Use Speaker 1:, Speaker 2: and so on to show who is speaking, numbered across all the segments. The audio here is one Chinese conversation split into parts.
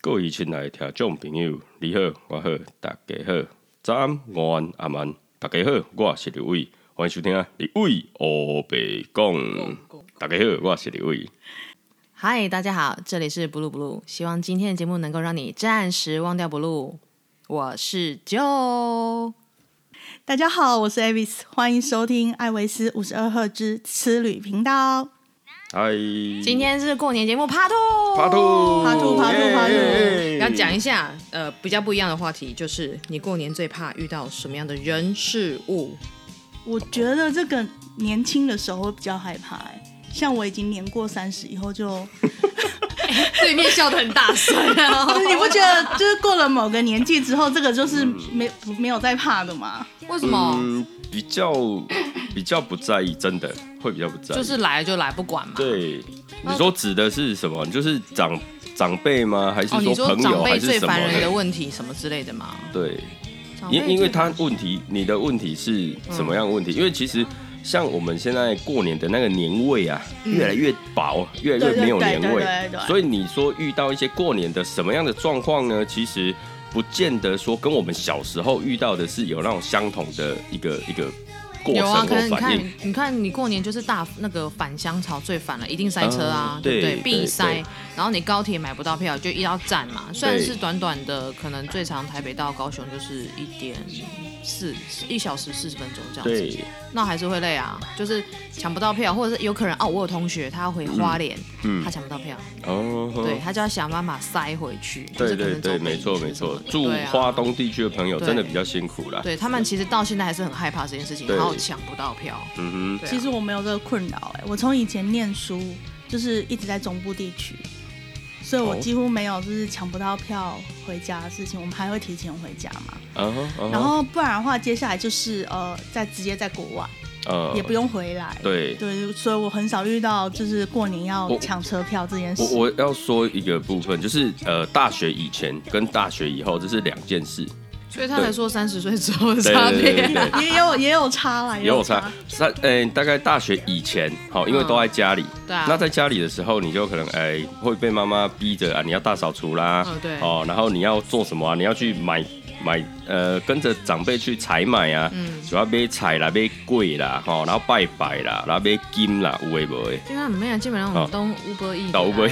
Speaker 1: 各位亲爱的听众朋友，你好，我好，大家好，早安、午安、晚安，大家好，我是刘伟，欢迎收听啊，李伟黑白讲，大家好，我是刘伟。
Speaker 2: 嗨，大家好，这里是 Blue Blue，希望今天的节目能够让你暂时忘掉 Blue。我是 Joe，
Speaker 3: 大家好，我是 Avis，欢迎收听艾维斯五十二赫之吃旅频道。
Speaker 1: 嗨，
Speaker 2: 今天是过年节目 Part Two，
Speaker 1: 爬兔，
Speaker 3: 爬兔爬兔爬兔
Speaker 1: 耶
Speaker 2: 要讲一下呃比较不一样的话题，就是你过年最怕遇到什么样的人事物？
Speaker 3: 我觉得这个年轻的时候会比较害怕、欸，像我已经年过三十以 后就，
Speaker 2: 对面笑得很大声啊
Speaker 3: 你不觉得就是过了某个年纪之后，这个就是
Speaker 2: 嗯
Speaker 3: 没没有再怕的吗？
Speaker 2: 为什么？
Speaker 1: 嗯，比较比较不在意，真的会比较不在意，
Speaker 2: 就是来就来，不管嘛。
Speaker 1: 对，你说指的是什么？就是长长辈吗？还是
Speaker 2: 哦，你说
Speaker 1: 朋友
Speaker 2: 长
Speaker 1: 还
Speaker 2: 辈
Speaker 1: 是
Speaker 2: 最
Speaker 1: 什么
Speaker 2: 烦人的问题什么之类的吗？
Speaker 1: 对，
Speaker 2: 长辈
Speaker 1: 因因为
Speaker 2: 最
Speaker 1: 他问题，你的问题是什么样的问
Speaker 2: 嗯
Speaker 1: 题？因为其实像我们现在过年的那个年味啊，
Speaker 2: 嗯
Speaker 1: 越来越薄，越来
Speaker 3: 对
Speaker 1: 越
Speaker 3: 对
Speaker 1: 没有
Speaker 3: 对
Speaker 1: 年
Speaker 3: 对
Speaker 1: 味
Speaker 3: 对对，
Speaker 1: 所以你说遇到一些过年的什么样的状况呢？其实不见得说跟我们小时候遇到的是有那种相同的一个一个过
Speaker 2: 有
Speaker 1: 程
Speaker 2: 啊，可
Speaker 1: 或
Speaker 2: 能你
Speaker 1: 反
Speaker 2: 看
Speaker 1: 应。，
Speaker 2: 你看你过年就是大那个返乡潮最烦了，一定塞车啊，
Speaker 1: 嗯
Speaker 2: 对不
Speaker 1: 对
Speaker 2: 对？必
Speaker 1: 对
Speaker 2: 塞。然后你高铁买不到票，就一要站嘛。虽然
Speaker 1: 对
Speaker 2: 是短短的，可能最长台北到高雄就是一点四一小时四十分钟这样子，
Speaker 1: 对，
Speaker 2: 那还是会累啊。就是抢不到票，或者是有可能哦，我有同学他要回花莲，
Speaker 1: 嗯
Speaker 2: 他抢不到票，
Speaker 1: 哦，
Speaker 2: 对他就要想办法塞回去。就
Speaker 1: 对
Speaker 2: 是可
Speaker 1: 对
Speaker 2: 能
Speaker 1: 对，
Speaker 2: 走
Speaker 1: 没
Speaker 2: 北
Speaker 1: 错
Speaker 2: 什
Speaker 1: 没
Speaker 2: 么
Speaker 1: 错
Speaker 2: 的，
Speaker 1: 住
Speaker 2: 对啊
Speaker 1: 花东地区的朋友
Speaker 2: 对
Speaker 1: 真的比较辛苦啦。
Speaker 2: 对他们其实到现在还是很害怕这件事情，
Speaker 1: 对
Speaker 2: 然后抢不到票。
Speaker 1: 嗯
Speaker 2: 对啊
Speaker 3: 其实我没有这个困扰，哎，我从以前念书就是一直在中部地区，所以我
Speaker 1: 哦
Speaker 3: 几乎没有就是抢不到票回家的事情，我们还会提前回家嘛。
Speaker 1: 哼，啊哈啊
Speaker 2: 哦
Speaker 1: 哈
Speaker 3: 然后不然的话，接下来就是呃，在直接在国外，
Speaker 1: 呃
Speaker 3: 也不用回来。
Speaker 1: 对。
Speaker 3: 对，所以我很少遇到就是过年要
Speaker 1: 我
Speaker 3: 抢车票这件事
Speaker 1: 我。我要说一个部分，就是呃，大学以前跟大学以后这是两件事，
Speaker 2: 所以他
Speaker 1: 对
Speaker 2: 才说三十岁之后的
Speaker 1: 对
Speaker 2: 差
Speaker 1: 对对
Speaker 2: 别
Speaker 1: 对。对，
Speaker 3: 也有也有差啦，
Speaker 1: 也有差。三呃，大概大学以前，好，因为
Speaker 2: 嗯
Speaker 1: 都在家里，
Speaker 2: 对啊
Speaker 1: 那在家里的时候，你就可能哎、会被妈妈逼着啊，你要大扫除啦，
Speaker 2: 嗯对
Speaker 1: 哦，然后你要做什么啊？你要去买买呃，跟着长辈去采买啊，主要买菜啦、买粿啦，吼、然后拜拜啦，然后买金啦，有诶无诶，
Speaker 2: 就像你们俩基本上我们都 Uber E，
Speaker 1: 哦倒杯。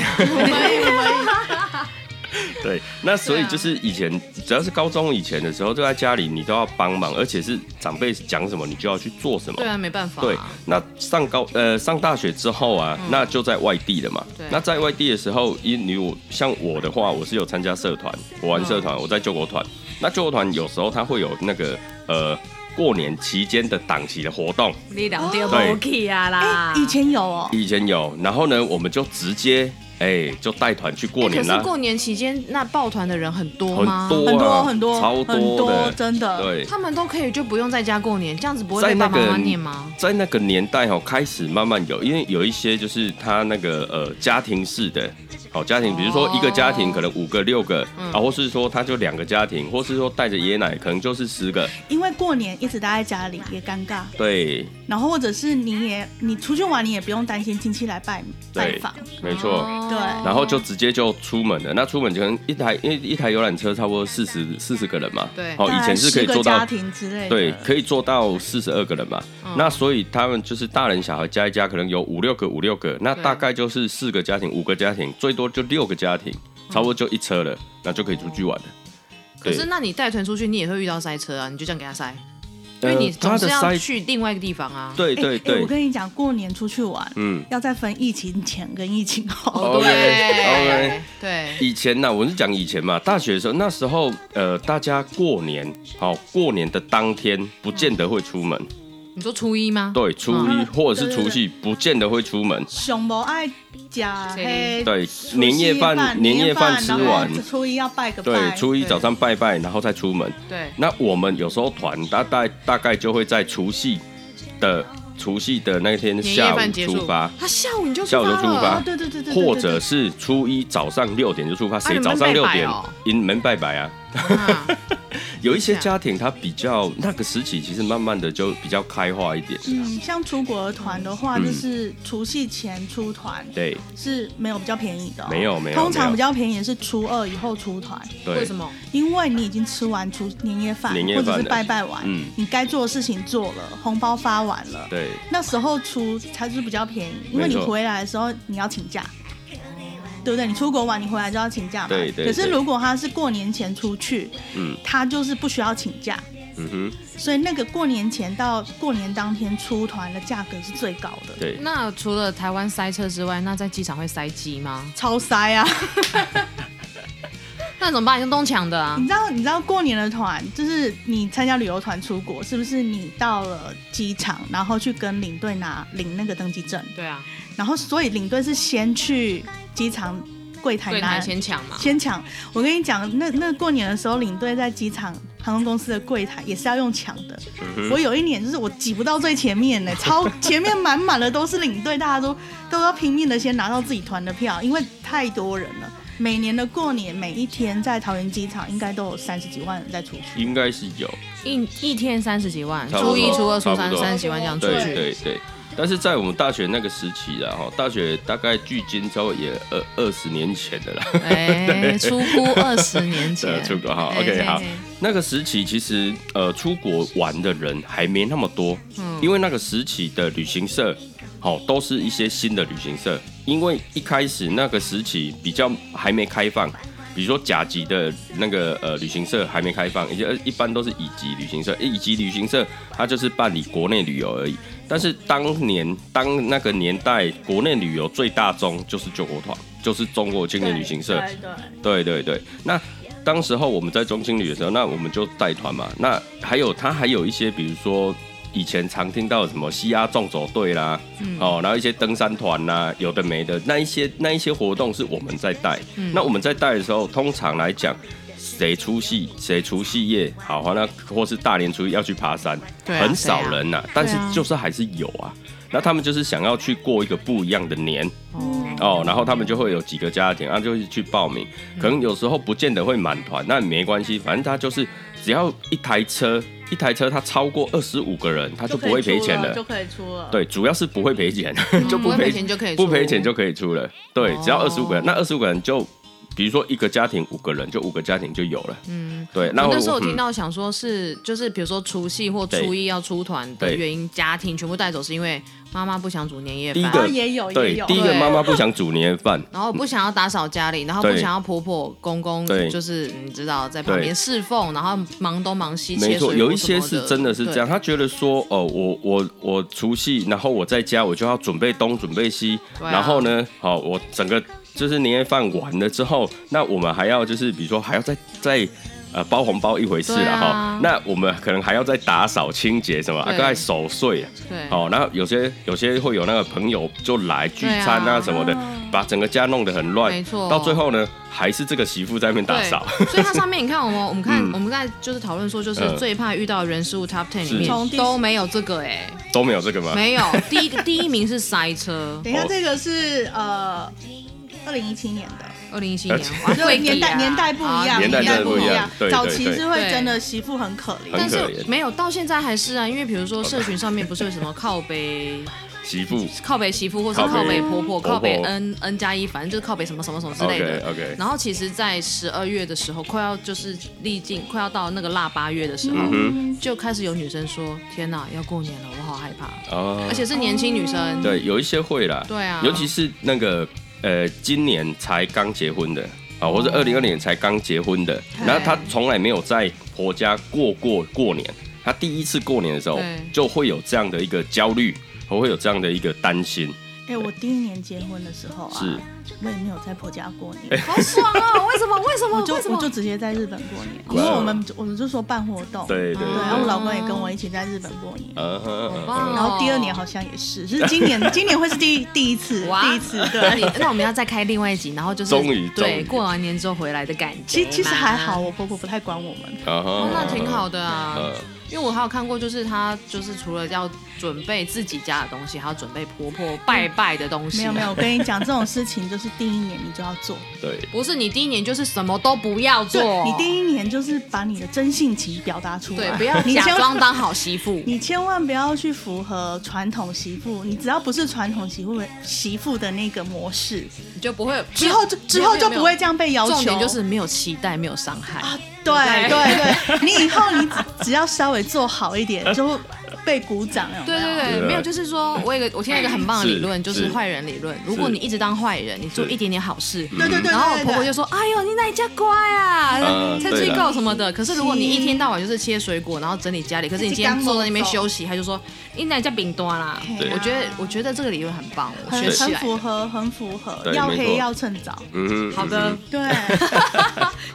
Speaker 2: Uber
Speaker 1: 对，那所
Speaker 2: 啊
Speaker 1: 以就是以前，只要是高中以前的时候，就在家里你都要帮忙，而且是长辈讲什么你就要去做什么
Speaker 2: 对。啊，没办法、
Speaker 1: 对，那上高呃上大学之后啊，那就在外地了嘛
Speaker 2: 嗯对。
Speaker 1: 那在外地的时候，因你我像我的话，我是有参加社团，我玩社
Speaker 2: 嗯
Speaker 1: 团，我在救国团。那救国团有时候它会有那个呃过年期间的档期的活动，
Speaker 2: 你两丢
Speaker 1: 对
Speaker 2: OK 啊啦
Speaker 3: 哎，。以前有哦，
Speaker 1: 以前有，然后呢我们就直接哎、就带团去过
Speaker 2: 哎可
Speaker 1: 年
Speaker 2: 是
Speaker 1: 啦。
Speaker 2: 过年期间那抱团的人很多
Speaker 1: 很
Speaker 2: 吗？
Speaker 1: 多
Speaker 3: 很
Speaker 1: 啊
Speaker 3: 多很多
Speaker 1: 超
Speaker 3: 很
Speaker 1: 多的
Speaker 3: 多，真的。
Speaker 1: 对，
Speaker 2: 他们都可以就不用在家过年，这样子不会
Speaker 1: 在
Speaker 2: 被
Speaker 1: 那
Speaker 2: 爸爸
Speaker 1: 个
Speaker 2: 妈妈念吗？
Speaker 1: 在那个年代哦，开始慢慢有，因为有一些就是他那个呃家庭式的，好、家庭，比如说一个家庭可能五个六
Speaker 2: 哦
Speaker 1: 个、
Speaker 2: 嗯
Speaker 1: 啊，或是说他就两个家庭，或是说带着爷爷奶奶可能就是十个，
Speaker 3: 因为过年一直待在家里也尴尬，
Speaker 1: 对
Speaker 3: 然后或者是你也你出去玩，你也不用担心亲戚来拜拜
Speaker 1: 对
Speaker 3: 访。，
Speaker 1: 没错。
Speaker 2: 哦
Speaker 3: 对
Speaker 1: 然后就直接就出门了。那出门可能一台，因为一台游览车差不多四十四十个人嘛。
Speaker 2: 对
Speaker 1: 哦，
Speaker 3: 大
Speaker 1: 以
Speaker 3: 概
Speaker 1: 前是可以
Speaker 3: 10个
Speaker 1: 做
Speaker 3: 家
Speaker 1: 到
Speaker 3: 庭之类的。
Speaker 1: 对，可以做到四十二个人嘛。
Speaker 3: 嗯
Speaker 1: 那所以他们就是大人小孩加一加，可能有五六个，五六个，那
Speaker 2: 对
Speaker 1: 大概就是四个家庭、五个家庭，最多就六个家庭，
Speaker 3: 嗯
Speaker 1: 差不多就一车了，那就可以出去玩了。
Speaker 2: 可是
Speaker 1: 对
Speaker 2: 那你带团出去，你也会遇到塞车啊，你就这样给他塞，因
Speaker 1: 呃
Speaker 2: 为你总
Speaker 1: 他
Speaker 2: 是
Speaker 1: 的
Speaker 2: 要
Speaker 1: 塞，
Speaker 2: 去另外一个地方啊。
Speaker 1: 对
Speaker 3: 哎
Speaker 1: 对
Speaker 3: 哎
Speaker 1: 对
Speaker 3: 我，跟你讲，过年出去玩
Speaker 1: 嗯。
Speaker 3: 要再分疫情前跟疫情后。
Speaker 2: 哦
Speaker 1: OK，OK
Speaker 2: 对，
Speaker 1: 以前呢、我是讲以前嘛，大学的时候，那时候呃，大家过年，好、过年的当天不见得会出门，
Speaker 2: 你说初一吗？
Speaker 1: 对，初一
Speaker 3: 嗯
Speaker 1: 或者是
Speaker 3: 对对
Speaker 1: 除夕不见得会出门，
Speaker 3: 熊不爱假
Speaker 2: 谁
Speaker 3: 黑。
Speaker 1: 对
Speaker 3: 除，夕
Speaker 1: 年夜饭年夜饭吃
Speaker 3: 然后
Speaker 1: 完，
Speaker 3: 初一要拜个
Speaker 1: 对，
Speaker 3: 拜。
Speaker 1: 初一
Speaker 2: 对
Speaker 1: 早上拜拜，然后再出门，
Speaker 2: 对，
Speaker 1: 那我们有时候团大概大概就会在除夕的除夕的那天
Speaker 2: 年
Speaker 1: 下
Speaker 2: 夜
Speaker 1: 午
Speaker 2: 饭结
Speaker 1: 出
Speaker 2: 束，
Speaker 1: 发，
Speaker 2: 他下午你就
Speaker 1: 下午就出发
Speaker 2: 了
Speaker 3: 哦，对对对对，对
Speaker 1: 或
Speaker 3: 对
Speaker 1: 者
Speaker 3: 对
Speaker 1: 是初一早上六点就出发。谁
Speaker 2: 啊你们
Speaker 1: 早上六
Speaker 2: 拜
Speaker 1: 点
Speaker 2: 拜哦
Speaker 1: 因门拜拜啊？
Speaker 2: 啊
Speaker 1: 有一些家庭他比较那个时期，其实慢慢的就比较开化一点。
Speaker 3: 嗯，像出国团的话，
Speaker 1: 嗯
Speaker 3: 就是除夕前出团
Speaker 1: 对
Speaker 3: 是没有比较便宜的哦、
Speaker 1: 没有没有
Speaker 3: 通
Speaker 1: 没
Speaker 3: 常
Speaker 1: 有
Speaker 3: 比较便宜的是初二以后出团，
Speaker 2: 啊为
Speaker 1: 对
Speaker 2: 什，么？
Speaker 3: 因为你已经吃完除年夜饭，
Speaker 1: 年夜饭
Speaker 3: 或者是
Speaker 1: 了
Speaker 3: 拜拜完，
Speaker 1: 嗯
Speaker 3: 你该做的事情做了，红包发完了，
Speaker 1: 对
Speaker 3: 那时候出才是比较便宜，因为你
Speaker 1: 没错
Speaker 3: 回来的时候你要请假，对不对？你出国玩，你回来就要请假嘛。
Speaker 1: 对对
Speaker 3: 可是
Speaker 1: 对
Speaker 3: 如果他是过年前出去，
Speaker 1: 嗯
Speaker 3: 他就是不需要请假，
Speaker 1: 嗯哼，
Speaker 3: 所以那个过年前到过年当天出团的价格是最高的，
Speaker 1: 对，
Speaker 2: 那除了台湾塞车之外，那在机场会塞机吗？
Speaker 3: 超塞啊！
Speaker 2: 那怎么办？用东抢的啊
Speaker 3: 你？知道，你知道过年的团，就是你参加旅游团出国，是不是你到了机场，然后去跟领队拿领那个登机证，
Speaker 2: 对啊，
Speaker 3: 然后所以领队是先去机场柜台
Speaker 2: 柜
Speaker 3: 拿
Speaker 2: 台先抢嘛。
Speaker 3: 先抢。我跟你讲，那那过年的时候，领队在机场航空公司的柜台也是要用抢的。
Speaker 1: 嗯
Speaker 3: 我有一年就是我挤不到最前 面呢，超前面满满的都是领队，大家都都要拼命的先拿到自己团的票，因为太多人了。每年的过年，每一天在桃园机场应该都有三十几万人在出去。
Speaker 1: 应该是有，
Speaker 2: 一一天三十几万，
Speaker 1: 差不多
Speaker 2: 初一、初二、初
Speaker 1: 差
Speaker 2: 三
Speaker 1: 不多
Speaker 2: 三十几万这样出
Speaker 1: 对
Speaker 2: 去。
Speaker 1: 对对。但是在我们大学那个时期啦，哈，大学大概距今稍微也二二十年前的啦。
Speaker 2: 哎，出估二十 年
Speaker 1: 对，
Speaker 2: 前，
Speaker 1: 出国哈
Speaker 2: 哎
Speaker 1: ，OK，
Speaker 2: 嘿
Speaker 1: 好
Speaker 2: 嘿。
Speaker 1: 那个时期其实呃，出国玩的人还没那么多，
Speaker 2: 嗯
Speaker 1: 因为那个时期的旅行社，好、都是一些新的旅行社，因为一开始那个时期比较还没开放。比如说甲级的那个呃旅行社还没开放，一些一般都是乙级旅行社，乙级旅行社它就是办理国内旅游而已。但是当年当那个年代，国内旅游最大宗就是救国团，就是中国青年旅行社。
Speaker 3: 对
Speaker 1: 对对对，那当时候我们在中青旅的时候，那我们就带团嘛。那还有他还有一些，比如说以前常听到的什么西亚纵走队啦，哦，然后一些登山团啦，有的没的，那一些那一些活动是我们在带。那我们在带的时候，通常来讲。谁出戏，谁除夕夜，好，那或是大年初一要去爬山，
Speaker 2: 对啊
Speaker 1: 很少人呐、但是
Speaker 3: 对啊
Speaker 1: 就是还是有啊。那他们就是想要去过一个不一样的年，
Speaker 2: 哦，
Speaker 1: 哦，然后他们就会有几个家庭，啊，就是去报名，可能有时候不见得会满团，那没关系，反正他就是只要一台车，一台车它超过二十五个人，他就不会赔钱了。
Speaker 3: 可以出啊了。
Speaker 1: 对，主要是不会赔钱， 就不赔
Speaker 2: 不赔嗯钱就可以出
Speaker 1: 不赔钱就可以出了。对，只要
Speaker 2: 哦
Speaker 1: 二十五个人，那二十五个人就，比如说一个家庭五个人，就五个家庭就有了。
Speaker 2: 嗯。
Speaker 1: 对，那
Speaker 2: 我
Speaker 1: 我
Speaker 2: 那时候我听
Speaker 1: 嗯
Speaker 2: 到想说是，就是比如说除夕或初一要出团的
Speaker 1: 对
Speaker 2: 原因，家庭全部带走是因为妈妈不想煮年夜
Speaker 1: 第一
Speaker 2: 饭，
Speaker 1: 个
Speaker 3: 啊也有
Speaker 1: 嗯
Speaker 3: 也
Speaker 1: 对
Speaker 3: 有
Speaker 1: 第一个哦
Speaker 2: 对
Speaker 1: 妈妈不想煮年夜饭，
Speaker 2: 然后不想要打扫家里，然后不
Speaker 1: 对
Speaker 2: 想要婆婆公公
Speaker 1: 对
Speaker 2: 就是你知道在旁边
Speaker 1: 对
Speaker 2: 侍奉，然后忙东忙西，
Speaker 1: 没
Speaker 2: 切
Speaker 1: 错，
Speaker 2: 水
Speaker 1: 有
Speaker 2: 果
Speaker 1: 一
Speaker 2: 什
Speaker 1: 些
Speaker 2: 么
Speaker 1: 是真的是这样，。他觉得说，哦，我我我除夕，然后我在家我就要准备东准备西，
Speaker 2: 对啊
Speaker 1: 然后呢，好、我整个就是年夜饭完了之后，那我们还要就是比如说还要再再。呃，包红包一回事
Speaker 2: 对
Speaker 1: 了哈、
Speaker 2: 啊
Speaker 1: 那我们可能还要再打扫清洁什么，啊，
Speaker 2: 对
Speaker 1: 再守岁啊，
Speaker 2: 对，对
Speaker 1: 哦，然后有些有些会有那个朋友就来聚餐
Speaker 2: 对
Speaker 1: 啊
Speaker 2: 啊
Speaker 1: 什么的，
Speaker 3: 哦
Speaker 1: 把整个家弄得很乱，
Speaker 2: 没错
Speaker 1: 到最后呢，还是这个媳妇在那边打扫，
Speaker 2: 对， 所以它上面你看，我们我们看
Speaker 1: 嗯
Speaker 2: 我们在就是讨论说，就是
Speaker 1: 嗯
Speaker 2: 最怕遇到的人事物 Top Ten 里
Speaker 1: 是啊
Speaker 3: 从
Speaker 2: 面
Speaker 3: 第
Speaker 2: 都没有这个哎，
Speaker 1: 都没有这个吗？
Speaker 2: 没有第一个第一名是塞车，
Speaker 3: 等一下，
Speaker 1: 哦
Speaker 3: 这个是呃二零一七年的。
Speaker 2: 二零一七年
Speaker 1: 而且
Speaker 2: 哇
Speaker 3: 就
Speaker 2: 贵
Speaker 3: 年代
Speaker 2: 底啊
Speaker 3: 年代不一
Speaker 2: 啊
Speaker 3: 样，
Speaker 1: 呃年代真的不一样对对
Speaker 3: 早期
Speaker 1: 对
Speaker 3: 是会
Speaker 2: 对
Speaker 3: 真的媳妇很可怜
Speaker 1: 很
Speaker 2: 但，
Speaker 1: 可
Speaker 2: 是
Speaker 1: 怜
Speaker 2: 没有到现在还是啊，因为比如说社群上面不是有什么靠背
Speaker 1: 媳 妇
Speaker 2: 靠北媳妇，或是
Speaker 1: 靠北
Speaker 2: 靠北婆婆、
Speaker 1: 婆婆
Speaker 2: 靠北 n n 加一，反正就是靠北什么什么什么之类的。
Speaker 1: OK，OK
Speaker 2: 然后其实，在十二月的时候，快要就是历尽快要到那个腊八月的时候，
Speaker 1: 嗯
Speaker 2: 就开始有女生说：“天哪，要过年了，我好害怕。
Speaker 1: 哦
Speaker 2: 而且是年轻女生，
Speaker 1: 对，有一些会啦，
Speaker 2: 对啊
Speaker 1: 尤其是那个呃，今年才刚结婚的啊，或者二零二年才刚结婚的，然后她从来没有在婆家过过过年，她第一次过年的时候
Speaker 2: 对
Speaker 1: 就会有这样的一个焦虑，会有这样的一个担心，
Speaker 3: 哎，我第一年结婚的时候啊，
Speaker 1: 是哎
Speaker 3: 我也没有在婆家过年，
Speaker 2: 好爽啊！ 为什么？为什
Speaker 3: 我
Speaker 2: 么？
Speaker 3: 就
Speaker 2: 为什
Speaker 3: 我就
Speaker 2: 么？
Speaker 3: 直接在日本过年，
Speaker 1: 哇
Speaker 3: 因为我们我们就说办活动，
Speaker 1: 对对
Speaker 3: 对，然后我
Speaker 1: 对，
Speaker 3: 老公也跟我一起在日本过年。
Speaker 1: 嗯
Speaker 2: 好
Speaker 1: 哼
Speaker 2: 棒哦
Speaker 3: 然后第二年好像也是， 就是今年今年会是第一第一次，
Speaker 2: 哇
Speaker 3: 第一次
Speaker 2: 那你
Speaker 3: 对。
Speaker 2: 那我们要再开另外一集，然后就是
Speaker 1: 终于终
Speaker 2: 对
Speaker 1: 于
Speaker 2: 过完年之后回来的感觉嘛。
Speaker 3: 其其实还好，我婆婆不太管我们，
Speaker 1: 嗯哼
Speaker 2: 哦哦，那挺好的啊。
Speaker 1: 呃，
Speaker 2: 因为我还有看过，就是他就是除了要准备自己家的东西，还要准备婆婆拜拜的东西。啊
Speaker 3: 没有没有，我，跟你讲，这种事情就是第一年你就要啊做，
Speaker 1: 对，
Speaker 2: 不是你第一年就是什么都不要
Speaker 3: 对
Speaker 2: 做，
Speaker 3: 你第一年就是把你的真性情表达出来，
Speaker 2: 对不要
Speaker 3: 你
Speaker 2: 假
Speaker 3: 千万
Speaker 2: 装当好媳妇。
Speaker 3: 你千万不要去符合传统媳妇，你只要不是传统媳妇媳妇的那个模式，
Speaker 2: 你就不会
Speaker 3: 之后就之后就不会这
Speaker 2: 样
Speaker 3: 样被要求。
Speaker 2: 重点就是没有期待，没有伤害。
Speaker 3: 啊，对
Speaker 2: 对
Speaker 3: 对对， 你以后你只只要稍微做好一点，就会被鼓掌。有没
Speaker 2: 对
Speaker 3: 有
Speaker 2: 对
Speaker 1: 对
Speaker 2: 对，
Speaker 1: 啊
Speaker 2: 没有，就是说我有一个，我听到一个很棒的理论，
Speaker 1: 是
Speaker 2: 就是
Speaker 1: 是
Speaker 2: 坏人理论。如果你一直当坏人，你做
Speaker 1: 是
Speaker 2: 一点点好事，
Speaker 3: 对对对，
Speaker 2: 然后我
Speaker 3: 对
Speaker 2: 婆婆就说：“哎呦，你哪家乖啊，
Speaker 1: 嗯
Speaker 2: 趁机够什么的。”可是如果你一天到晚就是切水果，然后整理家
Speaker 3: 嗯
Speaker 2: 里，可是你今天坐在那边休息，他就说：“你哪家饼端啦
Speaker 3: 对？”啊
Speaker 2: 我觉得，我觉得这个理论很棒，我学
Speaker 3: 很
Speaker 2: 起
Speaker 3: 很
Speaker 2: 来
Speaker 3: 符
Speaker 2: 了。
Speaker 3: 合，很符合，
Speaker 1: 对
Speaker 3: 要
Speaker 1: 没
Speaker 3: 黑
Speaker 1: 错
Speaker 3: 要趁早。
Speaker 1: 嗯哼，
Speaker 2: 好
Speaker 1: 嗯
Speaker 2: 的，
Speaker 3: 对，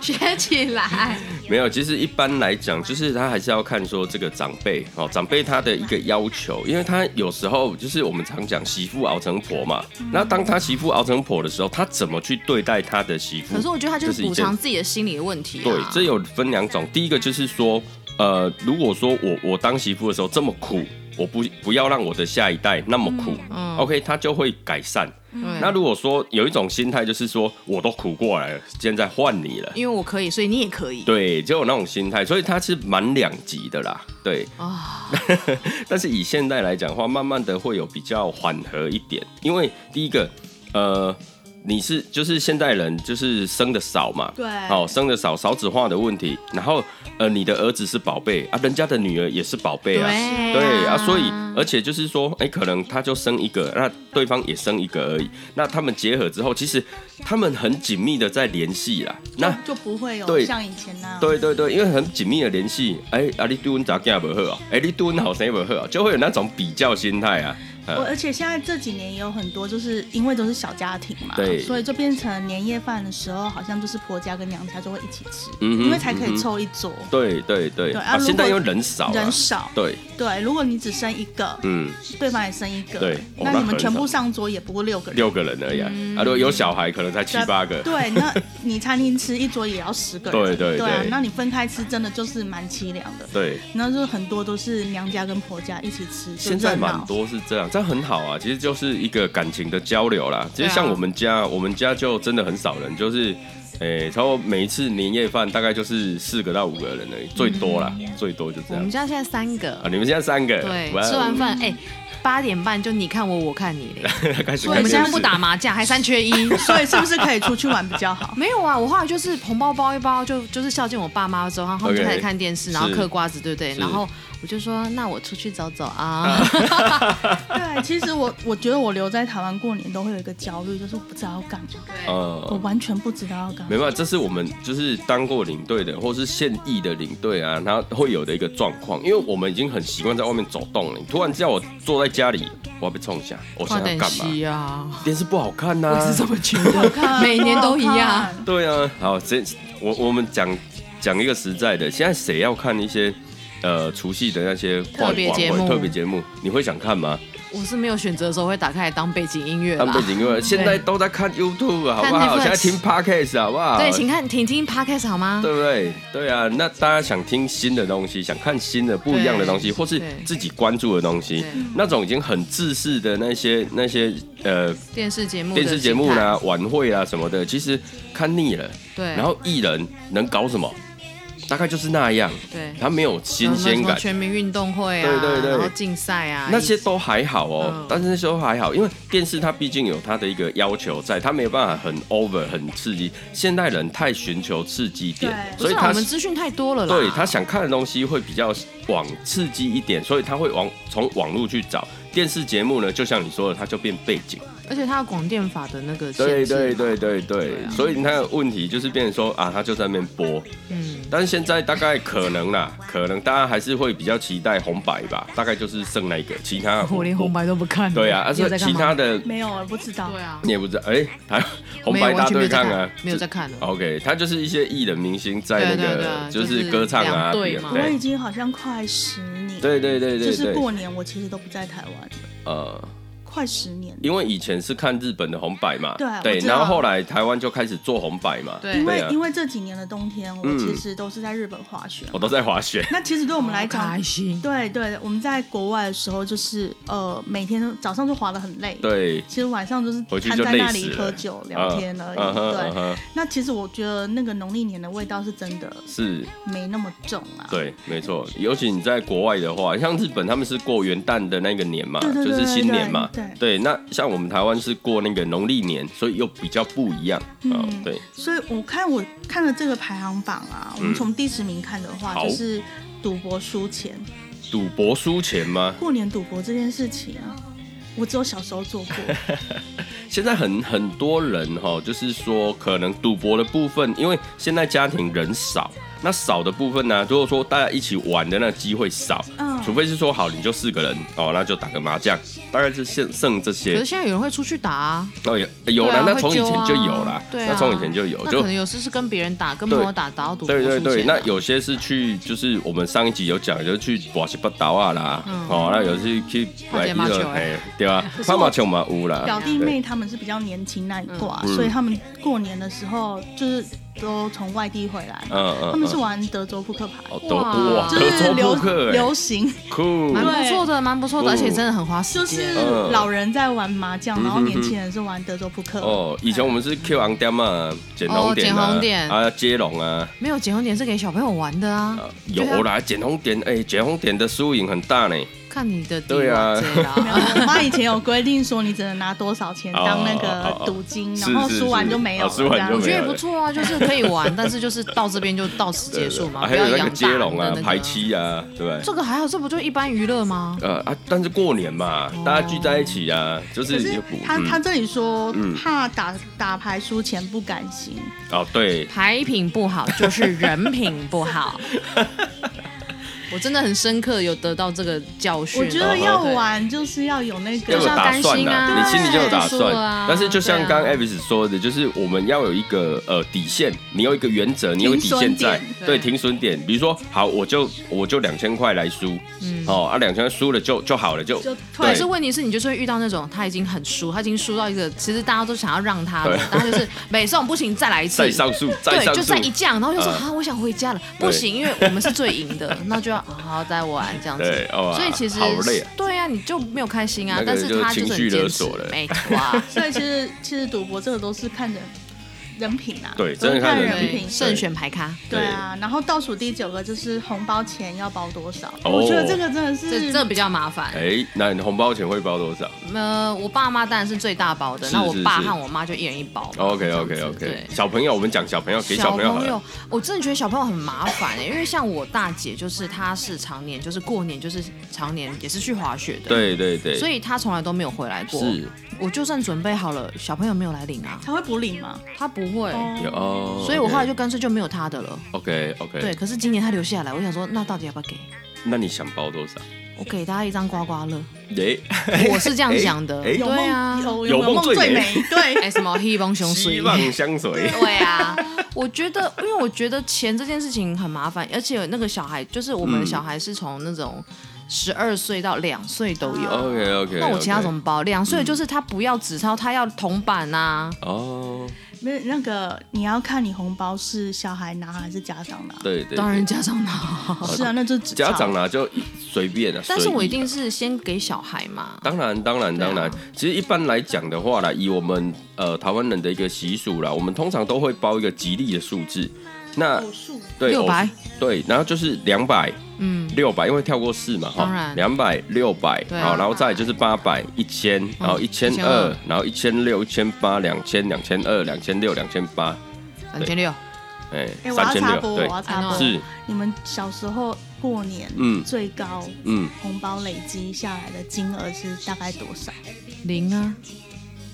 Speaker 2: 学起来。
Speaker 1: 哼没有。其实一般来讲，就是他还是要看说这个长辈哦，长辈他的一个要求，因为他有时候就是我们常讲媳妇熬成婆嘛。
Speaker 2: 嗯
Speaker 1: 那当他媳妇熬成婆的时候，他怎么去对待他的媳妇？
Speaker 2: 可是我觉得他就是
Speaker 1: 这是一
Speaker 2: 补
Speaker 1: 件
Speaker 2: 偿自己的心理的问题啊。
Speaker 1: 对，这有分两种，第一个就是说，呃，如果说我我当媳妇的时候这么苦，我不不要让我的下一代那么苦、
Speaker 2: 嗯
Speaker 1: o k 他就会改善。哦
Speaker 2: 对
Speaker 1: 那如果说有一种心态就是说，我都苦过来了，现在换你了。
Speaker 2: 因为我可以，所以你也可以
Speaker 1: 对，就有那种心态，所以它是蛮两极的啦。对，
Speaker 2: 啊。
Speaker 1: 但是以现在来讲的话，慢慢的会有比较缓和一点，因为第一个，呃，你是就是现代人就是生的少嘛，
Speaker 3: 对
Speaker 1: 好、生的少，少子化的问题，然后呃，你的儿子是宝贝啊，人家的女儿也是宝贝啊，
Speaker 2: 对
Speaker 1: 对
Speaker 2: 啊
Speaker 1: 啊，所以而且就是说，哎、可能他就生一个，那对方也生一个而已，那他们结合之后，其实他们很紧密的在联系啦，那。
Speaker 3: 就不会有
Speaker 1: 对
Speaker 3: 像以前那样。
Speaker 1: 对对对，因为很紧密的联系，哎、啊你对阮查囝无好啊，哎、你对阮后生无好啊，就会有那种比较心态啊。
Speaker 3: 我而且现在这几年也有很多，就是因为都是小家庭嘛，
Speaker 1: 对
Speaker 3: 所以就变成年夜饭的时候，好像就是婆家跟娘家就会一起吃，
Speaker 1: 嗯哼
Speaker 3: 因为才可以
Speaker 1: 嗯哼
Speaker 3: 凑一桌。
Speaker 1: 对对对，
Speaker 3: 对啊如果
Speaker 1: 现在因为人少、啊，
Speaker 3: 人少，
Speaker 1: 对，
Speaker 3: 对，如果你只生一个，
Speaker 1: 嗯，
Speaker 3: 对方也生一个，
Speaker 1: 对哦
Speaker 3: 那
Speaker 1: 那
Speaker 3: 你们
Speaker 1: 很
Speaker 3: 全部
Speaker 1: 少
Speaker 3: 上桌也不过六个人，
Speaker 1: 六个人而已啊，啊，
Speaker 2: 嗯
Speaker 1: 如果有小孩可能才七
Speaker 3: 对
Speaker 1: 八个，
Speaker 3: 对，那你餐厅吃一桌也要十个
Speaker 1: 对
Speaker 3: 人，
Speaker 1: 对
Speaker 3: 啊
Speaker 1: 对
Speaker 3: 那你分开吃真的就是蛮凄凉的。
Speaker 1: 对，
Speaker 3: 那就是很多都是娘家跟婆家一起吃，就
Speaker 1: 现在
Speaker 3: 热闹
Speaker 1: 蛮多是这样，这样很好啊，其实就是一个感情的交流啦。其实像
Speaker 2: 对啊
Speaker 1: 我们家，我们家就真的很少人，就是。诶、差不多每一次年夜饭大概就是四个到五个人而已，最多啦，最多就这
Speaker 2: 我
Speaker 1: 样
Speaker 2: 们。家现在三
Speaker 1: 啊，
Speaker 2: 个，
Speaker 1: 你们现在三个，
Speaker 2: 嗯对，
Speaker 1: 哇哦
Speaker 2: 吃完饭哎，八点半就你看我，我看你嘞。
Speaker 1: 开始
Speaker 2: 我
Speaker 1: 看电视。
Speaker 2: 们现在不打麻将，还三缺一。
Speaker 3: 所以是不是可以出去玩比较好？
Speaker 2: 没有啊，我后来就是红包包一包，就就是孝敬我爸妈之后，然后他们就
Speaker 1: OK，
Speaker 2: 开始看电视，然后
Speaker 1: 是
Speaker 2: 嗑瓜子，对不对？
Speaker 1: 是
Speaker 2: 然后我就说，那我出去走走啊。
Speaker 3: 对，其实我我觉得我留在台湾过年都会有一个焦虑，就是我不知道要干嘛，
Speaker 1: 嗯
Speaker 3: 我完全不知道要干
Speaker 1: 没
Speaker 3: 嘛。
Speaker 1: 办法，这是我们就是当过领队的，或是现役的领队啊，然后会有的一个状况，因为我们已经很习惯在外面走动了。你突然叫我坐在家里，我要被冲一下，我想
Speaker 2: 快
Speaker 1: 要
Speaker 2: 点
Speaker 1: 干嘛？
Speaker 2: 吸啊！
Speaker 1: 电视不好看呐、
Speaker 2: 是这么觉得，每年都一样。
Speaker 1: 对啊，好，这我我们讲讲一个实在的，现在谁要看一些呃除夕的那些跨
Speaker 2: 特别
Speaker 1: 年晚
Speaker 2: 节目
Speaker 1: 会特别节目，你会想看吗？
Speaker 2: 我是没有选择的时候会打开来当背景音乐
Speaker 1: 他
Speaker 2: 啦
Speaker 1: 们。背景音乐现在都在看 YouTube 好不
Speaker 2: 看
Speaker 1: 好？
Speaker 2: Netflix
Speaker 1: 现在听 Podcast 好不好？
Speaker 2: 对，请看请听 podcast 好吗？
Speaker 1: 对不对？对啊，那大家想听新的东西，想看新的不一样的东西，
Speaker 2: 对
Speaker 1: 或是
Speaker 2: 对
Speaker 1: 自己关注的东西
Speaker 2: 对，
Speaker 1: 那种已经很自式的那些那些呃
Speaker 2: 电视节目的
Speaker 1: 电视节目
Speaker 2: 形态，
Speaker 1: 啦、晚会啊什么的，其实看腻了。
Speaker 2: 对，
Speaker 1: 然后艺人能搞什么？大概就是那样，
Speaker 2: 对，
Speaker 1: 他没有新鲜
Speaker 2: 有没有什么
Speaker 1: 感。
Speaker 2: 全民运动会啊，
Speaker 1: 对对对
Speaker 2: 然后竞赛啊，
Speaker 1: 那些都还好哦，
Speaker 2: 嗯
Speaker 1: 但是那些都还好，因为电视它毕竟有它的一个要求在，它没有办法很 over 很刺激。现代人太寻求刺激点，
Speaker 3: 对
Speaker 2: 不
Speaker 1: 所
Speaker 2: 是
Speaker 1: 以
Speaker 2: 啊
Speaker 1: 他
Speaker 2: 我们资讯太多了啦。
Speaker 1: 对他想看的东西会比较往刺激一点，所以他会往从网络去找电视节目呢，就像你说的，它就变背景。
Speaker 2: 而且他有广电法的那个限
Speaker 1: 对
Speaker 2: 制
Speaker 1: 对对对
Speaker 2: 嘛，对
Speaker 1: 对
Speaker 2: 啊，
Speaker 1: 所以他的问题就是变成说啊，他就在那边播，
Speaker 2: 嗯，
Speaker 1: 但是现在大概可能啦，可能大家还是会比较期待红白吧，大概就是剩那个，其他
Speaker 2: 我连红白都不看。
Speaker 1: 对啊，而
Speaker 2: 你有
Speaker 1: 且
Speaker 2: 在干
Speaker 1: 其
Speaker 2: 嘛
Speaker 1: 他的
Speaker 3: 没有，我不知道
Speaker 2: 对。啊，
Speaker 1: 你也不知道，哎、台红
Speaker 2: 没有
Speaker 1: 白大
Speaker 2: 完全没
Speaker 1: 对
Speaker 2: 有在
Speaker 1: 抗
Speaker 2: 看
Speaker 1: 啊，
Speaker 2: 没有在看了。
Speaker 1: OK，他就是一些艺人明星在那
Speaker 2: 对对对
Speaker 1: 个
Speaker 2: 就是
Speaker 1: 是歌唱
Speaker 2: 两
Speaker 1: 啊，
Speaker 2: 队
Speaker 1: 比
Speaker 2: 嘛
Speaker 3: 我
Speaker 1: 对
Speaker 3: 已经好像快十年，
Speaker 1: 对对对对
Speaker 3: 就是
Speaker 1: 对，
Speaker 3: 过年我其实都不在台湾，
Speaker 1: 呃，
Speaker 3: 快十年了。
Speaker 1: 因为以前是看日本的红白嘛，
Speaker 3: 对我知道
Speaker 1: 然后后来台湾就开始做红白嘛，
Speaker 2: 对
Speaker 3: 因
Speaker 1: 对
Speaker 3: 为
Speaker 1: 啊
Speaker 3: 因为这几年的冬天，我
Speaker 1: 嗯
Speaker 3: 其实都是在日本滑雪。
Speaker 1: 我都在滑雪，
Speaker 3: 那其实对我们来讲，
Speaker 2: 开心，
Speaker 3: 对对，我们在国外的时候，就是呃，每天都早上就滑得很累，，
Speaker 1: 对，
Speaker 3: 其实晚上就是
Speaker 1: 回去
Speaker 3: 瘫
Speaker 1: 就
Speaker 3: 在
Speaker 1: 累
Speaker 3: 那
Speaker 1: 死
Speaker 3: 里
Speaker 1: 了，
Speaker 3: 喝酒聊天而已。
Speaker 1: 嗯哼嗯
Speaker 3: 对，
Speaker 1: 哼
Speaker 3: 那其实我觉得那个农历年的味道是真的
Speaker 1: 是
Speaker 3: 没那么重啊。
Speaker 1: 对，没错。尤其你在国外的话，像日本他们是过元旦的那个年嘛，
Speaker 3: 对对对
Speaker 1: 就是新年嘛
Speaker 3: 对
Speaker 1: 那像我们台湾是过那个农历年，所以又比较不一样。
Speaker 3: 嗯
Speaker 1: 嗯，对，
Speaker 3: 所以我看我看了这个排行榜
Speaker 1: 嗯
Speaker 3: 啊，我们从第十名看的话，
Speaker 1: 好
Speaker 3: 就是赌博输钱。
Speaker 1: 赌博输钱吗？
Speaker 3: 过年赌博这件事情，啊我只有小时候做 过，
Speaker 1: 现在很很多人哈、就是说可能赌博的部分，因为现在家庭人少，那少的部分呢、如果说大家一起玩的那机会少，
Speaker 3: 嗯
Speaker 1: 除非是说好你就四个人哦，那就打个麻将，大概是剩剩这
Speaker 2: 可
Speaker 1: 些
Speaker 2: 是。现在有人会出去打啊，
Speaker 1: 哦，有有
Speaker 2: 对
Speaker 1: 啦，
Speaker 2: 啊
Speaker 1: 那
Speaker 2: 会
Speaker 1: 从以
Speaker 2: 揪
Speaker 1: 前
Speaker 2: 啊
Speaker 1: 就有啦，
Speaker 2: 对啊
Speaker 1: 那从以前就有，
Speaker 2: 那
Speaker 1: 就
Speaker 2: 可能有时是跟别人打，跟朋友打，打到赌博
Speaker 1: 对对
Speaker 2: 输
Speaker 1: 对，
Speaker 2: 钱
Speaker 1: 那
Speaker 2: 啊
Speaker 1: 有些是去，就是我们上一集有讲，就是去巴西巴岛啊啦，
Speaker 2: 嗯
Speaker 1: 哦，那有些是去
Speaker 2: 打
Speaker 1: 一
Speaker 2: 羽毛球啊
Speaker 1: 哎，对 啊
Speaker 3: 可，是
Speaker 1: 拍
Speaker 3: 我
Speaker 1: 麻球嘛有啦，
Speaker 3: 表弟
Speaker 1: 对
Speaker 3: 妹他们是比较年轻那一挂，
Speaker 1: 嗯
Speaker 3: 所以他们过年的时候就是都从外地回来，
Speaker 1: 嗯嗯，
Speaker 3: 他们是
Speaker 1: 嗯
Speaker 3: 玩德州扑克牌，
Speaker 1: 哦，德
Speaker 2: 哇
Speaker 1: 哇，
Speaker 3: 就
Speaker 1: 德
Speaker 3: 是
Speaker 1: 州
Speaker 3: 流
Speaker 1: 扑克哎
Speaker 3: 流，行，
Speaker 1: 酷
Speaker 2: 蛮不错的，蛮不错
Speaker 1: 嗯
Speaker 2: 的，而且真的很花时
Speaker 3: 就是
Speaker 1: 嗯
Speaker 2: 间。
Speaker 3: 老人在玩麻将，然后
Speaker 1: 嗯哼
Speaker 3: 年轻人是玩德州扑克。
Speaker 1: 哦。以前我们是 Q 红点嘛，捡红点
Speaker 2: 哦捡
Speaker 1: 啊
Speaker 2: 红，点
Speaker 1: 啊接龙啊，
Speaker 2: 没有结婚点是给小朋友玩的啊，
Speaker 1: 啊有啦，捡红点，哎，捡红点的输赢很大呢，
Speaker 2: 看你的地
Speaker 1: 对啊
Speaker 2: 玩这
Speaker 3: 没
Speaker 2: 啦。
Speaker 3: 有我妈以前有规定说，你只能拿多少钱当那个赌金，
Speaker 1: 哦哦哦哦
Speaker 3: 然后
Speaker 1: 是是
Speaker 3: 输完就没有了。
Speaker 1: 是哦输完就没有
Speaker 2: 我
Speaker 1: 了
Speaker 2: 觉得也不错啊，就是可以玩，但是就是到这边就到此结束嘛，
Speaker 1: 啊
Speaker 2: 不
Speaker 1: 还
Speaker 2: 要
Speaker 1: 有那
Speaker 2: 哦养
Speaker 1: 个
Speaker 2: 大
Speaker 1: 接龙
Speaker 2: 你
Speaker 1: 啊
Speaker 2: 的那，个
Speaker 1: 排七啊，对不对？
Speaker 2: 这个还好，这不就一般娱乐吗？
Speaker 1: 呃啊，但是过年嘛，大家聚在一起啊，就
Speaker 3: 可
Speaker 1: 是
Speaker 3: 是
Speaker 1: 有股
Speaker 3: 他
Speaker 1: 嗯
Speaker 3: 他这里说
Speaker 1: 嗯
Speaker 3: 怕打打牌输钱不甘心，
Speaker 1: 哦对，
Speaker 2: 牌品不好就是人品不好。 我真的很深刻有得到这个教训。
Speaker 3: 我觉得要
Speaker 2: 对
Speaker 3: 玩就是要有那
Speaker 1: 哦要有
Speaker 2: 是
Speaker 3: 个，
Speaker 1: 打算呐，
Speaker 2: 要担心啊
Speaker 1: 你心里就有打
Speaker 2: 对就输了
Speaker 1: 算
Speaker 2: 啊。
Speaker 1: 但是就像刚刚
Speaker 2: 对啊
Speaker 1: Avis 说的，就是我们要有一个呃底线，你有一个原则，你有底线在
Speaker 3: 停损，
Speaker 2: 点
Speaker 1: 对，
Speaker 2: 对
Speaker 1: 停损点。比如说，好，我就我就两千块来输，
Speaker 2: 嗯
Speaker 1: 哦啊，两千输了就就好了，就
Speaker 3: 就
Speaker 2: 可
Speaker 1: 对
Speaker 2: 是问题是，你就是会遇到那种他已经很输，他已经输到一个其实大家都想要让他的
Speaker 1: 对，
Speaker 2: 但他就是每送不行，再来一次，
Speaker 1: 再上诉，再
Speaker 2: 对，
Speaker 1: 上
Speaker 2: 就
Speaker 1: 诉
Speaker 2: 再。一降，然后就说
Speaker 1: 嗯
Speaker 2: 啊，我想回家了，
Speaker 1: 对
Speaker 2: 不行，因为我们是最赢的，那就要好好再玩这样子
Speaker 1: 对哦啊。
Speaker 2: 所以其实
Speaker 1: 好累啊
Speaker 2: 对啊，你就没有开心啊
Speaker 1: 那，个
Speaker 2: 但是他就是
Speaker 1: 就情绪
Speaker 2: 很
Speaker 1: 勒
Speaker 2: 坚持
Speaker 1: 索了，
Speaker 2: 没错啊，
Speaker 3: 所以其实其实赌博这个都是看人人品啊，
Speaker 1: 对
Speaker 3: 都
Speaker 1: 真
Speaker 3: 是
Speaker 1: 的看人
Speaker 3: 人
Speaker 1: 品
Speaker 2: 对，
Speaker 3: 品。
Speaker 2: 慎选牌咖，
Speaker 3: 对啊，然后倒数第九个就是红包钱要包多少，
Speaker 1: 哦
Speaker 3: 我觉得这个真的
Speaker 2: 这
Speaker 3: 是
Speaker 2: 这比较麻烦。
Speaker 1: 哎，那你红包钱会包多少
Speaker 2: 呃，我爸妈当然是最大包的，
Speaker 1: 是
Speaker 2: 那我爸
Speaker 1: 是是
Speaker 2: 和我妈就一人一包。
Speaker 1: ？OK
Speaker 2: 这
Speaker 1: OK
Speaker 2: 样子
Speaker 1: OK
Speaker 2: 对。。
Speaker 1: 小朋友，我们讲小朋友，给小
Speaker 2: 小
Speaker 1: 朋友好
Speaker 2: 朋
Speaker 1: 了
Speaker 2: 友。，我真的觉得小朋友很麻烦欸因为像我大姐，就是她是常年，就是过年就是常年也是去滑雪的，
Speaker 1: 对对对，
Speaker 2: 所
Speaker 1: 以
Speaker 2: 以她从来都没有回来过。
Speaker 1: 是
Speaker 2: 我就算准备好了，小朋友没有来领啊，
Speaker 3: 他会补领吗？
Speaker 2: 他不会，
Speaker 1: 有哦。
Speaker 2: 所以我后来就干脆就没有他的了。
Speaker 1: OK OK。
Speaker 2: 对，可是今年他留下来，我想说，那到底要不要给？
Speaker 1: 那你想包多少？
Speaker 2: 我给他一张刮刮乐，
Speaker 1: 哎，
Speaker 2: 我是这样想
Speaker 1: 哎
Speaker 2: 的。
Speaker 1: 哎
Speaker 2: 对
Speaker 3: 有梦
Speaker 2: 啊，
Speaker 3: 有
Speaker 1: 有梦
Speaker 3: 梦
Speaker 1: 最
Speaker 3: 最
Speaker 1: 美
Speaker 3: 美，对，
Speaker 2: 哎，什么黑帮熊水
Speaker 1: 希？望相随。
Speaker 2: 对啊，我觉得，因为我觉得钱这件事情很麻烦，而且那个小孩，就是我
Speaker 1: 嗯
Speaker 2: 们的小孩是从那种十二岁到两岁都有。
Speaker 1: OK OK。嗯
Speaker 2: 那我其他怎么包？两岁就是他不要纸钞，他要铜板啊。
Speaker 1: 哦，
Speaker 3: 没有那个你要看你红包是小孩拿还是家长拿，
Speaker 1: 对对，
Speaker 2: 当然家长拿，
Speaker 3: 是啊，那就只
Speaker 1: 家长啦就随便啊，
Speaker 2: 但是我
Speaker 1: 随意
Speaker 2: 一定
Speaker 1: 啊。
Speaker 2: 是先给小孩嘛。
Speaker 1: 当然，当然，
Speaker 2: 对啊
Speaker 1: 当然。其实一般来讲的话啦，以我们呃台湾人的一个习俗啦，我们通常都会包一个吉利的数字。那
Speaker 3: 偶数
Speaker 1: 对
Speaker 2: 六百
Speaker 1: 偶对，然后就是两百、
Speaker 2: 嗯，
Speaker 1: 六百，因为跳过四嘛
Speaker 2: 当
Speaker 1: 哈，
Speaker 2: 然
Speaker 1: 两百、六百，
Speaker 2: 对啊嗯
Speaker 1: 好，然后再来就是八百、一千，然后一千二
Speaker 2: 1200，
Speaker 1: 然后一千六、一千八、两千、两千二、两千六、两千八，
Speaker 2: 三千六，
Speaker 1: 哎，
Speaker 3: 哎，我
Speaker 1: 三
Speaker 3: 要
Speaker 1: 千
Speaker 3: 插
Speaker 1: 六，
Speaker 3: 播，我要
Speaker 1: 对，
Speaker 3: 插播，
Speaker 1: 是，
Speaker 3: 你们小时候过年，
Speaker 1: 嗯
Speaker 3: 最高
Speaker 1: 嗯，
Speaker 3: 红包累积下来的金额是大概多少？
Speaker 2: 零啊，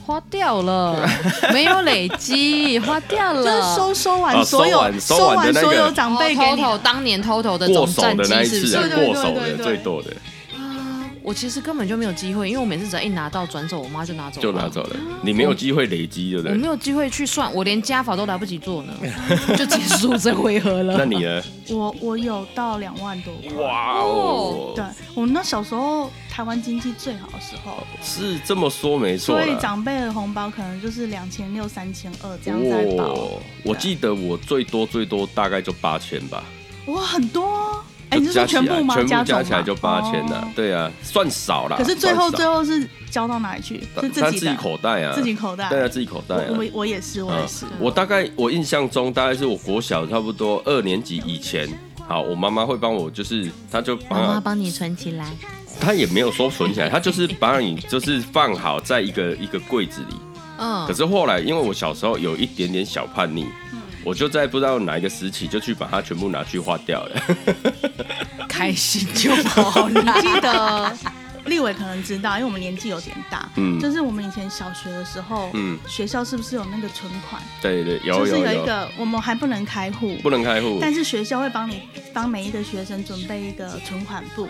Speaker 2: 花掉了，没有累积，花掉
Speaker 3: 就
Speaker 2: 了。
Speaker 3: 是收收
Speaker 1: 啊
Speaker 3: 完所有、
Speaker 1: 收完收完的
Speaker 3: 完
Speaker 1: 那个
Speaker 3: 所有长辈给你，
Speaker 2: 哦偷偷当年偷偷的
Speaker 1: 过
Speaker 2: 总
Speaker 1: 手
Speaker 2: 战
Speaker 1: 的
Speaker 2: 绩
Speaker 1: 那一
Speaker 2: 是不
Speaker 1: 次啊
Speaker 2: 是？
Speaker 3: 对对
Speaker 1: 过
Speaker 3: 对
Speaker 1: 手
Speaker 3: 对
Speaker 1: 的
Speaker 3: 对
Speaker 1: 最多的，
Speaker 2: 我其实根本就没有机会，因为我每次只要一拿到转手，我妈就拿走，
Speaker 1: 就拿走。了，
Speaker 3: 啊
Speaker 1: 你没有机会累积，对不
Speaker 2: 我没
Speaker 3: 嗯
Speaker 1: 对？
Speaker 2: 有机会去算，我连加法都来不及做呢，就结束这回合 了。
Speaker 1: 那你呢？
Speaker 3: 我我有到两万多块。
Speaker 1: 哇
Speaker 2: 哦
Speaker 3: 对，我那小时候台湾经济最好的时候，
Speaker 1: 是这么说没错
Speaker 3: 所以
Speaker 1: 啦。
Speaker 3: 长辈的红包可能就是两千六、三千二这样在包。
Speaker 1: 哇我记得我最多最多大概就八千吧，
Speaker 3: 哇，很多哦！哎，
Speaker 1: 就
Speaker 3: 你是说
Speaker 1: 加起来
Speaker 3: 全部吗？
Speaker 1: 全部
Speaker 3: 总
Speaker 1: 加
Speaker 3: 吗
Speaker 1: 起来就八千了
Speaker 3: 哦。
Speaker 1: 对啊，算少啦。
Speaker 3: 可是最后
Speaker 1: 算少
Speaker 3: 最后是交到哪里去？是
Speaker 1: 但
Speaker 3: 自
Speaker 1: 但
Speaker 3: 己
Speaker 1: 自
Speaker 3: 的
Speaker 1: 己口袋啊，
Speaker 3: 自己口袋。
Speaker 1: 对啊，自己口袋啊
Speaker 3: 我。我我也是，我也是。
Speaker 1: 我大概我印象中大概是我国小差不多二年级以前，好，我妈妈会帮我，就是她就帮
Speaker 2: 妈妈
Speaker 1: 我
Speaker 2: 帮你存起来，
Speaker 1: 她也没有说存起来，她就是把你就是放好在一个一个柜子里。
Speaker 2: 嗯
Speaker 1: 可，是后来因为我小时候有一点点小叛逆，
Speaker 3: 嗯
Speaker 1: 我就在不知道哪一个时期就去把它全部拿去花掉 了。
Speaker 2: 开心就好了。
Speaker 3: 我记 得立伟可能知道，因为我们年纪有点大。
Speaker 1: 嗯
Speaker 3: 就是我们以前小学的时候，
Speaker 1: 嗯
Speaker 3: 学校是不是有那个存款？
Speaker 1: 对对，有
Speaker 3: 就是
Speaker 1: 有
Speaker 3: 有一
Speaker 1: 有，
Speaker 3: 个我们还不能开户，
Speaker 1: 不能开户。
Speaker 3: 但是学校会帮你帮每一个学生准备一个存款簿，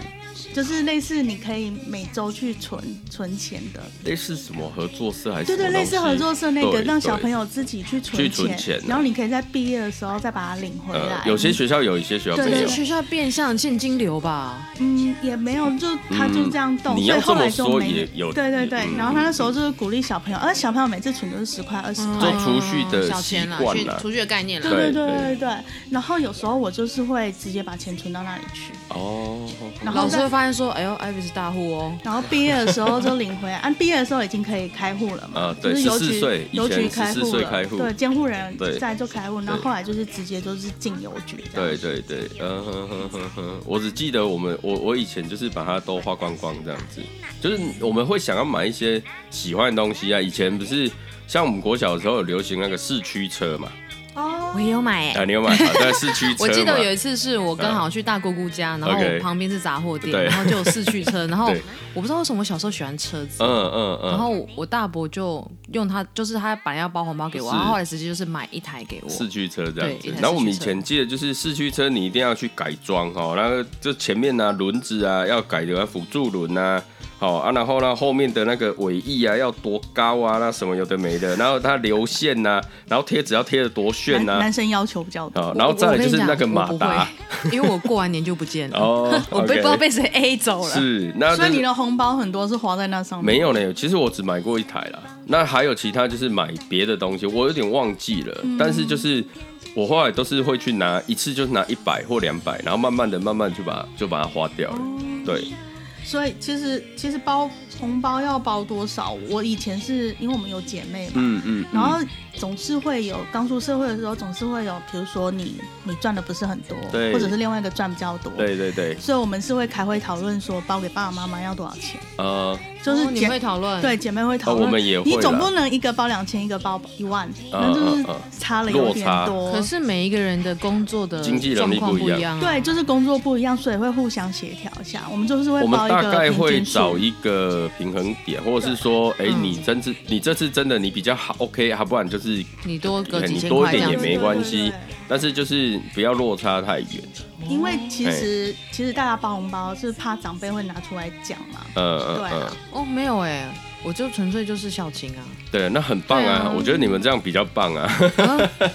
Speaker 3: 就是类似你可以每周去存存钱的，
Speaker 1: 类似什么合作社还是
Speaker 3: 对
Speaker 1: 什
Speaker 3: 对，
Speaker 1: 么
Speaker 3: 类
Speaker 1: 东西
Speaker 3: 似合作社那个，
Speaker 1: 对
Speaker 3: 让小
Speaker 1: 对
Speaker 3: 朋友自己去存
Speaker 1: 去存钱啊
Speaker 3: 然后你可以在毕业的时候再把它领回来
Speaker 1: 呃，。有些学校有，一些学校
Speaker 3: 对
Speaker 1: 没
Speaker 3: 对
Speaker 1: 有
Speaker 3: 对。
Speaker 2: 学校变相现金流吧，
Speaker 3: 嗯也没有，就他就这样
Speaker 1: 嗯
Speaker 3: 动，
Speaker 1: 你
Speaker 3: 所
Speaker 1: 要
Speaker 3: 以后来
Speaker 1: 这么
Speaker 3: 就
Speaker 1: 说
Speaker 3: 没
Speaker 1: 也有
Speaker 3: 对对对，
Speaker 1: 嗯
Speaker 3: 然后他那时候就是鼓励小朋友，而小朋友每次存都是十块二十块
Speaker 2: 嗯
Speaker 1: 做，储蓄的
Speaker 2: 小钱
Speaker 1: 嗯
Speaker 2: 啦
Speaker 3: 啊
Speaker 1: 习，惯
Speaker 2: 去
Speaker 1: 啦
Speaker 2: 储蓄的概念啦。
Speaker 3: 对对
Speaker 1: 对
Speaker 3: 对
Speaker 1: 对
Speaker 3: 对对。然后有时候我就是会直接把钱存到那里去，
Speaker 1: 哦，
Speaker 3: 然后
Speaker 2: 老师
Speaker 3: 再
Speaker 2: 会发现说，哎呦，艾比是大户哦，
Speaker 3: 然后毕业的时候就领回来， 按毕业的时候已经可以开户了嘛，
Speaker 1: 啊对
Speaker 3: 就是邮局
Speaker 1: 14岁
Speaker 3: 邮
Speaker 1: 以
Speaker 3: 局
Speaker 1: 前
Speaker 3: 开
Speaker 1: 14
Speaker 3: 户
Speaker 1: 岁
Speaker 3: 了，
Speaker 1: 开户
Speaker 3: 对，监护人
Speaker 1: 对
Speaker 3: 在就开户，然后
Speaker 1: 对
Speaker 3: 后来就是直接就是进邮局这样
Speaker 1: 对，对对，嗯哼哼哼哼，我只记得我们我我以前就是把它都花光光这样子，
Speaker 2: 嗯
Speaker 1: 就是我们会想要买一些喜欢的东西啊。以前不是像我们国小的时候有流行那个四驱车嘛，
Speaker 2: 我
Speaker 3: 哦，
Speaker 2: 也有买哎
Speaker 1: 啊，。你有买吗？对，四驱车嘛。
Speaker 2: 我记得有一次是我刚好去大姑姑家，然后我
Speaker 1: OK
Speaker 2: 旁边是杂货店，
Speaker 1: 对
Speaker 2: 然后就有四驱 车，然后
Speaker 1: 对
Speaker 2: 我不知道为什么我小时候喜欢车子，
Speaker 1: 嗯嗯
Speaker 2: 然
Speaker 1: 嗯，
Speaker 2: 后我我大伯就用他，就是他本来要包红包给我，
Speaker 1: 是
Speaker 2: 然后后来直接就是买一台给我，
Speaker 1: 四驱车这样
Speaker 2: 对一
Speaker 1: 子
Speaker 2: 台。
Speaker 1: 然后我们以
Speaker 2: 四驱车
Speaker 1: 前记得就是四驱车，你一定要去改装哦，那个就前面啊轮子啊要改的啊，辅助轮啊。好啊，然后呢，后面的那个尾翼啊，要多高啊？那什么有的没的，然后它流线呐、然后贴纸要贴的多炫呐、
Speaker 3: 男男生要求比较多
Speaker 1: 好，，然后再来就是那个马达，
Speaker 2: 我跟你讲我不会因为我过完年就不见了，
Speaker 1: 哦，
Speaker 2: 我被
Speaker 1: OK
Speaker 2: 不知道被谁 A 走了。
Speaker 1: 是，那
Speaker 3: 所以
Speaker 1: 就是
Speaker 3: 你的红包很多是花在那上面。
Speaker 1: 哦没有呢？其实我只买过一台啦，那还有其他就是买别的东西，我有点忘记了，
Speaker 3: 嗯
Speaker 1: 但是就是。我后来都是会去拿一次，就拿一百或两百，然后慢慢的、慢慢地就把就把它花掉了。
Speaker 3: 哦
Speaker 1: 对，
Speaker 3: 所以其实其实包红包要包多少？我以前是因为我们有姐妹嘛，
Speaker 1: 嗯嗯。
Speaker 3: 然后总是会有刚出社会的时候，总是会有，比如说你你赚的不是很多，
Speaker 1: 对
Speaker 3: 或者是另外一个赚比较多，
Speaker 1: 嗯，，对对对，
Speaker 3: 所以我们是会开会讨论说包给爸爸妈妈要多少钱，
Speaker 1: 呃，
Speaker 3: 就是
Speaker 2: 哦你
Speaker 3: 姐、
Speaker 2: 会讨论，
Speaker 3: 对姐妹会讨论、
Speaker 1: 哦我们也会啦嗯
Speaker 3: 你总不能一个包两千，一个包一万，那就是差了有点多。
Speaker 2: 可是每一个人的工作的
Speaker 1: 经济能
Speaker 2: 状
Speaker 1: 力
Speaker 2: 况
Speaker 1: 不一样
Speaker 2: 样啊，
Speaker 3: 对，就是工作不一样，所以会互相协调一下。我们就是会
Speaker 1: 我们
Speaker 3: 包一
Speaker 1: 大
Speaker 3: 个
Speaker 1: 概会
Speaker 3: 平均数
Speaker 1: 找一个平衡点，或者是说，哎，你真是你这次真的你比较好，OK，要不然就是
Speaker 2: 你多个几
Speaker 1: 你
Speaker 2: 千
Speaker 1: 多
Speaker 2: 块
Speaker 1: 一
Speaker 2: 这
Speaker 1: 点
Speaker 2: 样
Speaker 1: 也
Speaker 2: 子，
Speaker 1: 没关系
Speaker 3: 对对对，
Speaker 1: 但是就是不要落差太远。
Speaker 3: 因为其实
Speaker 1: 哎
Speaker 3: 其实大家包红包是怕长辈会拿出来讲嘛。
Speaker 1: 呃
Speaker 3: 对
Speaker 1: 呃
Speaker 3: 啊
Speaker 1: 呃，，
Speaker 2: 哦，没有哎，我就纯粹就是孝 亲啊。
Speaker 1: 对，那很棒啊
Speaker 3: 对啊！
Speaker 1: 我觉得你们这样比较棒啊。
Speaker 2: 啊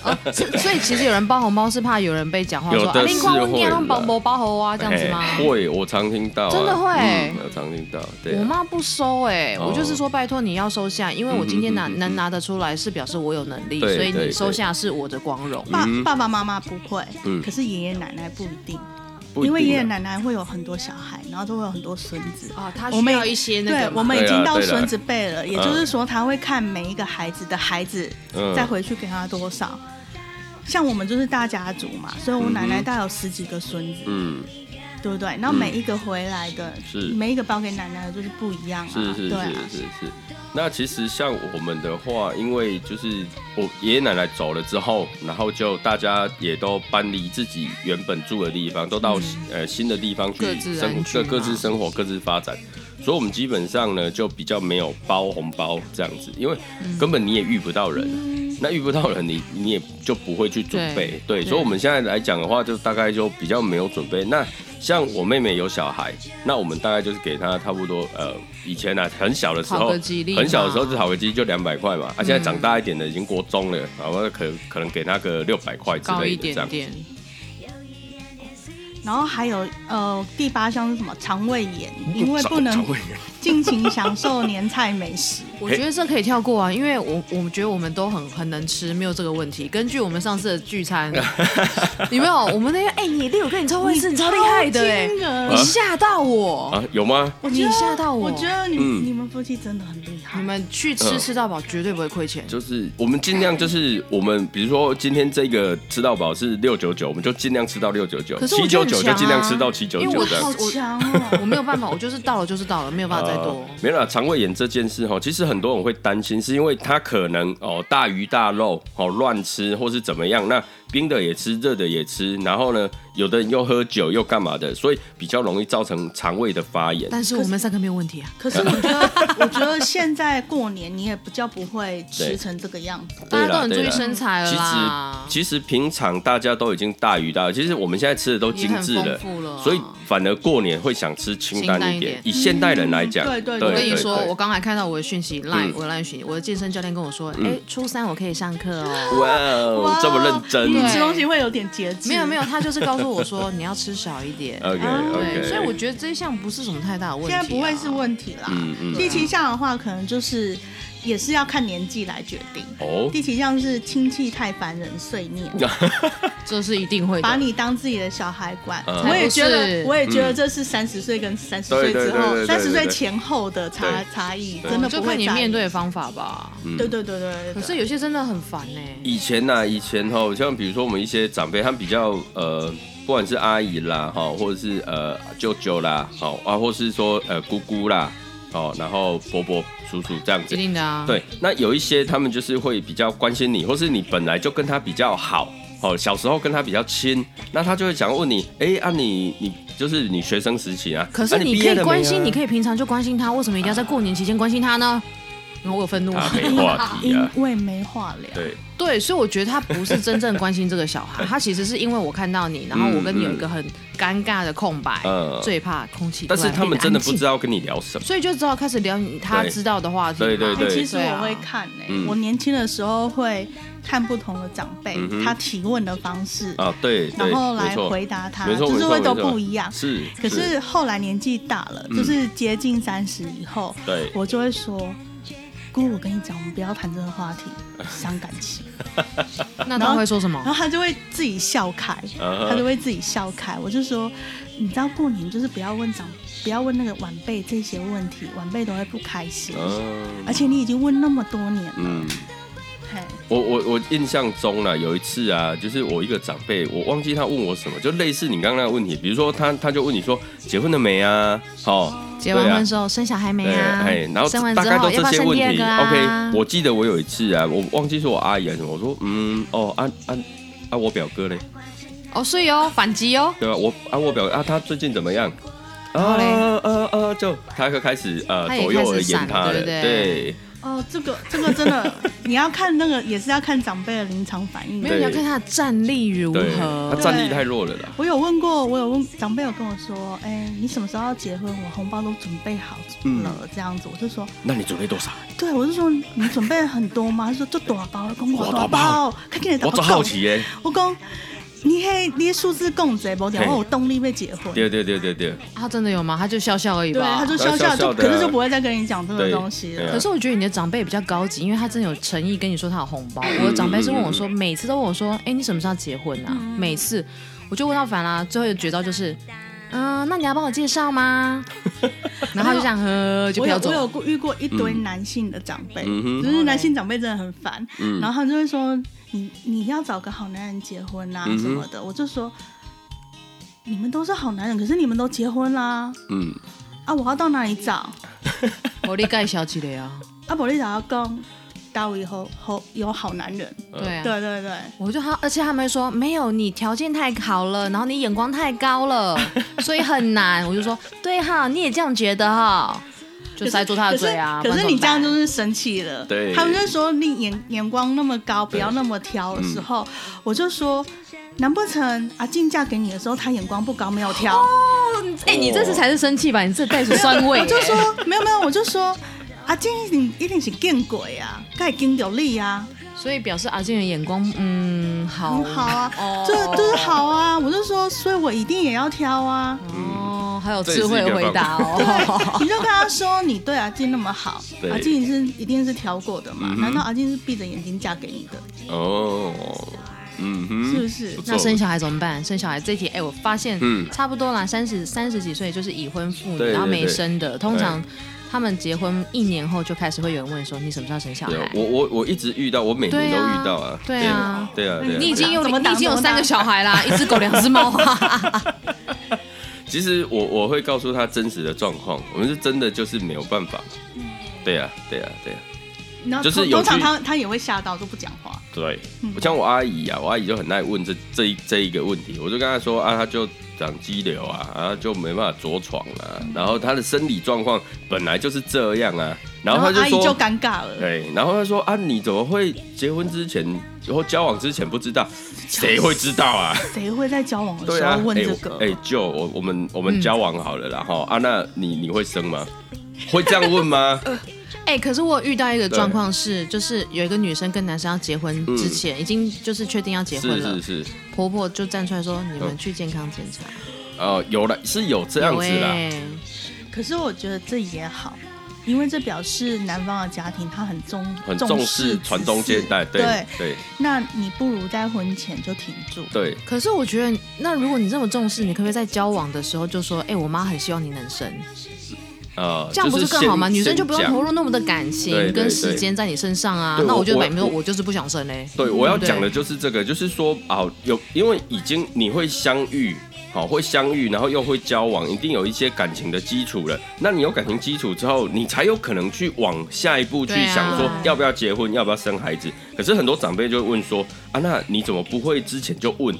Speaker 2: 啊是所以其实有人包红包是怕有人被讲话说，
Speaker 1: 有的哎
Speaker 2: 啊，
Speaker 1: 是
Speaker 2: 你看我
Speaker 1: 会
Speaker 2: 娘
Speaker 1: 啦
Speaker 2: 包包包红啊这样子吗？
Speaker 1: 嘿会，我常听到啊，
Speaker 2: 真的会
Speaker 1: 嗯我常听到。对
Speaker 2: 我
Speaker 1: 啊，
Speaker 2: 妈不收哎、
Speaker 1: 哦
Speaker 2: 我就是说拜托你要收下，因为我今天拿
Speaker 1: 嗯嗯嗯嗯
Speaker 2: 能拿得出来是表示我有能力，
Speaker 1: 对
Speaker 2: 所以你
Speaker 1: 对
Speaker 2: 收下是我的光荣。
Speaker 3: 爸
Speaker 1: 嗯
Speaker 3: 爸爸妈妈不会，
Speaker 1: 嗯
Speaker 3: 可是爷爷奶奶不一定，
Speaker 1: 不一
Speaker 3: 因为爷
Speaker 1: 定
Speaker 3: 爷
Speaker 1: 啊
Speaker 3: 奶奶会有很多小孩，然后都会有很多孙子。
Speaker 2: 啊，他
Speaker 3: 我
Speaker 2: 需
Speaker 3: 们
Speaker 2: 要一些那
Speaker 3: 对
Speaker 2: 个，嘛
Speaker 3: 我们已
Speaker 1: 对
Speaker 3: 经
Speaker 1: 啊
Speaker 3: 到
Speaker 1: 对啦
Speaker 3: 孙子辈了，也
Speaker 1: 嗯
Speaker 3: 就是说他会看每一个孩子的孩子，
Speaker 1: 嗯
Speaker 3: 再回去给他多少。像我们就是大家族嘛，所以我奶
Speaker 1: 嗯
Speaker 3: 奶
Speaker 1: 哼
Speaker 3: 大概有十几个孙子，
Speaker 1: 嗯，
Speaker 3: 对不对？然后每一个回来的，
Speaker 1: 是
Speaker 3: 每一个包给奶奶的就是不一样啊，
Speaker 1: 是是是
Speaker 3: 对啊，
Speaker 1: 是是。那其实像我们的话，因为就是我爷爷奶奶走了之后，然后就大家也都搬离自己原本住的地方，都到呃新的地方去
Speaker 2: 嗯各自
Speaker 1: 生
Speaker 2: 安居
Speaker 1: 活，各各自
Speaker 2: 嘛
Speaker 1: 生活，各自发展。所以，我们基本上呢，就比较没有包红包这样子，因为
Speaker 2: 嗯
Speaker 1: 根本你也遇不到人，那遇不到人你，你也就不会去准备。对，
Speaker 2: 对
Speaker 1: 所以我们现在来讲的话，就大概就比较没有准备。那像我妹妹有小孩，那我们大概就是给她差不多呃，以前啊很小的时
Speaker 2: 讨
Speaker 1: 候
Speaker 2: 个吉利，嘛
Speaker 1: 很小的时候只讨个鸡就两百块嘛，啊，现在长大一点的已经国中了，然后可可能给她个六百块之
Speaker 2: 高
Speaker 1: 类
Speaker 2: 一
Speaker 1: 的这
Speaker 2: 点
Speaker 1: 样。
Speaker 2: 点，
Speaker 3: 然后还有呃第八项是什么？肠胃炎，因为
Speaker 1: 长
Speaker 3: 不能
Speaker 1: 长辈
Speaker 3: 尽情享受年菜美食。
Speaker 2: 我觉得这可以跳过啊，因为我我们觉得我们都很很能吃，没有这个问题。根据我们上次的聚 餐，有没有？我们那个哎、你六哥你超会吃，你超厉害的哎、
Speaker 3: 惊人
Speaker 2: 你吓到我。
Speaker 1: 啊，有吗？
Speaker 3: 我觉得
Speaker 2: 你吓到我
Speaker 3: 我觉得你、
Speaker 1: 嗯
Speaker 3: 你们夫妻真的很厉害
Speaker 2: 你。们去吃
Speaker 1: 嗯
Speaker 2: 吃到饱绝对不会亏钱，
Speaker 1: 就是我们尽量就是我们，比如说今天这个吃到饱是六九九，我们就尽量吃到六九九，
Speaker 2: 可是
Speaker 1: 七
Speaker 2: 我
Speaker 1: 九
Speaker 2: 觉得
Speaker 1: 九
Speaker 2: 很
Speaker 1: 就
Speaker 2: 强啊
Speaker 1: 尽量吃到七九
Speaker 2: 因为
Speaker 1: 九
Speaker 2: 我
Speaker 1: 这样。
Speaker 3: 好强 哦！
Speaker 2: 我没有办法，我就是到了就是到了，没有办法再多。
Speaker 1: 呃没有啦，肠胃炎这件事哈，其实很多人会担心，是因为他可能哦大鱼大肉哦乱吃，或是怎么样，那冰的也吃，热的也吃，然后呢，有的人又喝酒又干嘛的，所以比较容易造成肠胃的发炎。
Speaker 2: 但是我们三个没有问题啊，
Speaker 3: 可是我觉得，我觉得现在过年你也比较不会吃成这个样子。
Speaker 1: 对
Speaker 2: 大
Speaker 1: 啦
Speaker 2: 家都很注
Speaker 1: 对
Speaker 2: 意
Speaker 1: 啦
Speaker 2: 身材了
Speaker 1: 其实
Speaker 2: 啦，
Speaker 1: 其实平常大家都已经大鱼大肉，其实我们现在吃的都精致
Speaker 2: 也
Speaker 1: 了
Speaker 2: 很丰富了啊
Speaker 1: 所以反而过年会想吃清淡一
Speaker 2: 清淡一
Speaker 1: 点
Speaker 2: 点。
Speaker 1: 以现代人来讲，
Speaker 3: 嗯对对
Speaker 2: 我
Speaker 3: 对
Speaker 2: 跟你说，
Speaker 1: 对
Speaker 2: 我刚才看到我的讯息
Speaker 1: 嗯
Speaker 2: ，line 我 line 讯息，我的健身教练跟我说，哎，初三我可以上课哦。
Speaker 1: 哇哦，这么认真
Speaker 3: 你
Speaker 2: 对
Speaker 3: 吃东西会有点节制。
Speaker 2: 没有没有，，他就是告诉我说你要吃少一点。 嗯
Speaker 1: ，OK
Speaker 2: 对，
Speaker 1: OK，
Speaker 2: 所以我觉得这一项不是什么太大的问题
Speaker 3: 现
Speaker 2: 啊。
Speaker 3: 在不会是问题啦。
Speaker 1: 嗯嗯
Speaker 3: 第七项的话，可能就是也是要看年纪来决定。
Speaker 1: 哦，
Speaker 3: 第七项是亲戚太烦人碎念，
Speaker 1: 嗯
Speaker 2: 这是一定会
Speaker 3: 把
Speaker 2: 的。
Speaker 3: 你当自己的小孩管。
Speaker 1: 嗯
Speaker 3: 我也觉
Speaker 2: 才
Speaker 3: 得，
Speaker 2: 哦不是
Speaker 3: 我也觉得这是三十岁跟三十
Speaker 1: 对
Speaker 3: 岁
Speaker 1: 对
Speaker 3: 之
Speaker 1: 对对
Speaker 3: 后
Speaker 1: 对对，
Speaker 3: 三十岁
Speaker 1: 对
Speaker 3: 前后的差差异，
Speaker 1: 对
Speaker 3: 真的
Speaker 2: 就
Speaker 3: 不
Speaker 2: 看
Speaker 3: 会
Speaker 2: 你
Speaker 3: 在意
Speaker 2: 面对的。方法吧。
Speaker 1: 嗯
Speaker 3: 对对对对对。
Speaker 2: 可
Speaker 3: 对
Speaker 2: 是有些真的很烦呢。
Speaker 1: 以前呐、以前吼，像比如说我们一些长辈，他们比较呃，不管是阿姨啦，哈，或者是呃舅舅啦，好啊，或是说呃姑姑啦，哦，然后伯伯、叔叔这样
Speaker 2: 一
Speaker 1: 子。
Speaker 2: 定的啊。，
Speaker 1: 对，那有一些他们就是会比较关心你，或是你本来就跟他比较好，哦，小时候跟他比较亲，那他就会想问你，哎、啊你你就是你学生时期啊，
Speaker 2: 可是
Speaker 1: 啊
Speaker 2: 你
Speaker 1: 毕
Speaker 2: 可
Speaker 1: 业
Speaker 2: 以
Speaker 1: 了没
Speaker 2: 关心，
Speaker 1: 啊
Speaker 2: 你可以平常就关心他，为什么一定要在过年期间关心 他呢？然后我有愤怒啊
Speaker 1: 啊，。没话题啊，
Speaker 3: 因为没话聊。
Speaker 1: 对，
Speaker 2: 对，所以我觉得他不是真正关心这个小孩，他其实是因为我看到你，然后我跟你有一个很尴尬的空白，
Speaker 1: 嗯
Speaker 2: 最怕空气突
Speaker 1: 但
Speaker 2: 然
Speaker 1: 是
Speaker 2: 啊变安静。
Speaker 1: 他们真的不知道跟你聊什么，
Speaker 2: 所以就只好开始聊你他
Speaker 1: 对
Speaker 2: 知道的话题嘛。
Speaker 1: 对对
Speaker 3: 欸
Speaker 1: 对
Speaker 3: 其实
Speaker 2: 啊
Speaker 3: 我会看诶、
Speaker 1: 嗯
Speaker 3: 我年轻的时候会看不同的长辈、
Speaker 1: 嗯哼
Speaker 3: 他提问的方式，
Speaker 1: 啊，对对，
Speaker 3: 然后
Speaker 1: 没
Speaker 3: 来
Speaker 1: 错。
Speaker 3: 回答他，
Speaker 1: 没错，
Speaker 3: 就
Speaker 1: 没
Speaker 3: 是
Speaker 1: 错，
Speaker 3: 会
Speaker 1: 没
Speaker 3: 都
Speaker 1: 错
Speaker 3: 不一样。
Speaker 1: 是，
Speaker 3: 可是后来年纪大了，
Speaker 1: 嗯
Speaker 3: 就是接近三十以后，
Speaker 1: 对
Speaker 3: 我就会说。姑，我跟你讲，我们不要谈这个话题，伤感情。
Speaker 2: 那
Speaker 3: 然
Speaker 2: 他
Speaker 3: 后
Speaker 2: 会说什
Speaker 3: 然
Speaker 2: 么？
Speaker 3: 后他就会自己笑开，
Speaker 1: 嗯哼
Speaker 3: 他就会自己笑开。我就说，你知道过年就是不要问长，不要问那个晚辈这些问题，晚辈都会不开心。
Speaker 1: 嗯
Speaker 3: 而且你已经问那么多年了，
Speaker 1: 嗯，
Speaker 3: 嘿，
Speaker 1: 我我我印象中呢，有一次啊，就是我一个长辈，我忘记他问我什么，就类似你刚刚那个问题，比如说他他就问你说结婚了没啊？哦，
Speaker 2: 结完
Speaker 1: 对啊
Speaker 2: 婚之后生小孩没
Speaker 1: 对，
Speaker 2: 啊？
Speaker 1: 哎，然后
Speaker 2: 生完
Speaker 1: 大
Speaker 2: 之后
Speaker 1: 概
Speaker 2: 要
Speaker 1: 都
Speaker 2: 不
Speaker 1: 这
Speaker 2: 要
Speaker 1: 些
Speaker 2: 生
Speaker 1: 问
Speaker 2: 第二
Speaker 1: 题。
Speaker 2: 个啊
Speaker 1: OK，我记得我有一次啊，我忘记是我阿姨还是什么，我说嗯哦啊啊啊我表哥嘞，
Speaker 2: 哦，所以哦，反击哦，
Speaker 1: 对吧？我啊我表哥啊他最近怎么样？
Speaker 2: 后
Speaker 1: 啊
Speaker 2: 嘞
Speaker 1: 啊啊！就他就开始呃
Speaker 2: 他也
Speaker 1: 左右
Speaker 2: 开
Speaker 1: 而
Speaker 2: 始
Speaker 1: 言
Speaker 2: 闪
Speaker 1: 他
Speaker 2: 了
Speaker 1: 了，
Speaker 2: 对不对
Speaker 1: 对，
Speaker 3: 哦，这个这个真的， 你要看那个，也是要看长辈的临场反应
Speaker 2: 没
Speaker 1: 对
Speaker 2: 有你要看他的战力如
Speaker 1: 对，
Speaker 2: 何啊
Speaker 1: 他。战力太弱了啦。
Speaker 3: 我有问过，我有问长辈有跟我说，哎、你什么时候要结婚？我红包都准备好了，
Speaker 1: 嗯
Speaker 3: 这样子，我就说，
Speaker 1: 那你准备多少？
Speaker 3: 对，我就说你准备很多吗？他说就大包，公我大包，看
Speaker 2: 哎
Speaker 3: 见你
Speaker 1: 我
Speaker 3: 大
Speaker 1: 做
Speaker 3: 包
Speaker 1: 好奇耶、
Speaker 3: 我讲你嘿，你的数字共者无掉，
Speaker 1: 嘿
Speaker 3: 我有动力被结婚。
Speaker 1: 对对对对对，
Speaker 2: 他真的有吗？他就笑笑而已
Speaker 3: 对，
Speaker 2: 吧。
Speaker 3: 他就笑
Speaker 1: 笑
Speaker 3: 笑，
Speaker 1: 笑
Speaker 3: 就
Speaker 1: 的啊
Speaker 3: 可是就不会再跟你讲这
Speaker 1: 对
Speaker 3: 个东西
Speaker 1: 对啊
Speaker 3: 了。
Speaker 2: 可是我觉得你的长辈比较高级，因为他真的有诚意跟你说他有红包。我的长辈是问我说，每次都问我说，哎、你什么时候要结婚啊？每次我就问到烦啦、最后的绝招就是，嗯、那你要帮我介绍吗？然后他就想呵，就
Speaker 3: 我
Speaker 2: 飘
Speaker 3: 有
Speaker 2: 走
Speaker 3: 我。有过遇过一堆男性的长辈，
Speaker 1: 嗯哼嗯
Speaker 3: 就是男性长辈真的很烦，
Speaker 2: 嗯
Speaker 3: 然后他就会说你你要找个好男人结婚啊
Speaker 1: 嗯哼
Speaker 3: 什么的，我就说你们都是好男人，可是你们都结婚啦，
Speaker 1: 嗯，
Speaker 3: 啊我要到哪里找？
Speaker 2: 我理解小起来啊，
Speaker 3: 啊我你找要讲大以后后有好男人，
Speaker 1: 嗯
Speaker 2: 对啊。
Speaker 3: 对对对，
Speaker 2: 我就他，而且他们会说没有你条件太好了， 然后你眼光太高 了，所以很难。我就说对哈，你也这样觉得哈，就塞住他的嘴啊。
Speaker 3: 可
Speaker 2: 不然
Speaker 3: 是可
Speaker 2: 怎
Speaker 3: 是
Speaker 2: 么
Speaker 3: 你这样
Speaker 2: 办
Speaker 3: 就是生气了。
Speaker 1: 对嗯
Speaker 3: 他们就说你眼眼光那么高，不要那么挑的时候，我就说。难不成阿静嫁给你的时候，她眼光不高，没有挑？
Speaker 1: 哦
Speaker 2: 哎、你这次才是生气吧？你这带着酸味、
Speaker 3: 我就说没有没有，我就说阿静一定一定是见鬼啊，该见有力啊，
Speaker 2: 所以表示阿健的眼光，嗯，好，
Speaker 3: 很好啊，
Speaker 2: 哦
Speaker 3: 就是就是好啊。我就说，所以我一定也要挑啊。
Speaker 2: 哦，还有智慧回答 哦。
Speaker 3: 你就跟他说，你对阿静那么好
Speaker 1: 对，
Speaker 3: 阿静是一定是挑过的嘛
Speaker 1: 嗯？哼
Speaker 3: 难道阿静是闭着眼睛嫁给你的？
Speaker 1: 哦，嗯哼，
Speaker 3: 是不是
Speaker 1: 不错
Speaker 2: 那生小孩怎么办？生小孩这一题，哎、我发现
Speaker 1: 嗯
Speaker 2: 差不多啦，三十三十几岁就是已婚妇女，
Speaker 1: 对对
Speaker 2: 然后没
Speaker 1: 对
Speaker 2: 生的，通常他们结婚一年后就开始会有人问说你什么时候生小
Speaker 1: 对
Speaker 2: 孩
Speaker 1: 啊，？我我我一直遇到，我每年都遇到啊，
Speaker 2: 对啊
Speaker 1: 对啊，对啊，
Speaker 2: 你已经有
Speaker 3: 怎么
Speaker 2: 你
Speaker 3: 打
Speaker 2: 已经有
Speaker 3: 怎么打
Speaker 2: 三个小 孩啦，一只狗，两只猫啊。
Speaker 1: 其实我我会告诉他真实的状况，我们是真的就是没有办法。
Speaker 2: 嗯
Speaker 1: 对呀、对呀、啊对呀、
Speaker 3: 然后
Speaker 1: 就是
Speaker 3: 通
Speaker 1: 有
Speaker 3: 通常
Speaker 1: 去
Speaker 3: 他他也会吓到，就不讲话。
Speaker 1: 对。
Speaker 3: 嗯
Speaker 1: 像我阿姨啊，我阿姨就很爱问这这一这一个问题，我就跟她说啊，她就长肌瘤啊，然后就没办法着床啊，然后她的身体状况本来就是这样啊，然后她
Speaker 3: 阿姨
Speaker 1: 说，
Speaker 3: 就尴尬了。
Speaker 1: 对，然后她说啊，你怎么会结婚之前，然后交往之前不知道？谁会知道啊？
Speaker 3: 谁会在交往的
Speaker 1: 对
Speaker 3: 时
Speaker 1: 啊
Speaker 3: 候，问
Speaker 1: 哎
Speaker 3: 这
Speaker 1: 我
Speaker 3: 个？
Speaker 1: 哎、就我我们我
Speaker 2: 嗯
Speaker 1: 们交往好了啦，哈、啊，那你你会生吗？会这样问吗？
Speaker 2: 哎、可是我遇到一个状况是，就是有一个女生跟男生要结婚之前，已经就是确定要结婚
Speaker 1: 是
Speaker 2: 了，
Speaker 1: 是是，
Speaker 2: 婆婆就站出来说：“你们去健康检查。
Speaker 1: 哦，有了，是有这样子
Speaker 2: 有
Speaker 1: 啦，
Speaker 2: 欸
Speaker 1: 哎
Speaker 3: 可是我觉得这也好，因为这表示男方的家庭他很重
Speaker 1: 很重视
Speaker 3: 视
Speaker 1: 传宗接代，
Speaker 3: 对
Speaker 1: 对对
Speaker 3: 那你不如在婚前就停住。
Speaker 1: 对，
Speaker 2: 可是我觉得，那如果你这么重视，你可不可以在交往的时候就说：“哎、我妈很希望你能生，
Speaker 1: 呃，
Speaker 2: 这样不
Speaker 1: 啊是
Speaker 2: 是更好吗？”
Speaker 1: 先
Speaker 2: 女生就不用投。
Speaker 1: 先
Speaker 2: 入那么的感
Speaker 1: 对
Speaker 2: 情
Speaker 1: 对
Speaker 2: 跟时间在你身上啊
Speaker 1: 对。
Speaker 2: 那
Speaker 1: 我
Speaker 2: 我就摆明说，
Speaker 1: 我
Speaker 2: 我就是不想生欸嘞、
Speaker 1: 讲对，我要
Speaker 2: 嗯对
Speaker 1: 讲的就是这个，就是说啊，有因为已经你会相遇，好会相遇，然后又会交往，一定有一些感情的基础了。那你有感情基础之后，你才有可能去往下一步去
Speaker 2: 对啊
Speaker 1: 想说要不要结婚，要不要生孩子。可是很多长辈就会问说啊，那你怎么不会之前就问？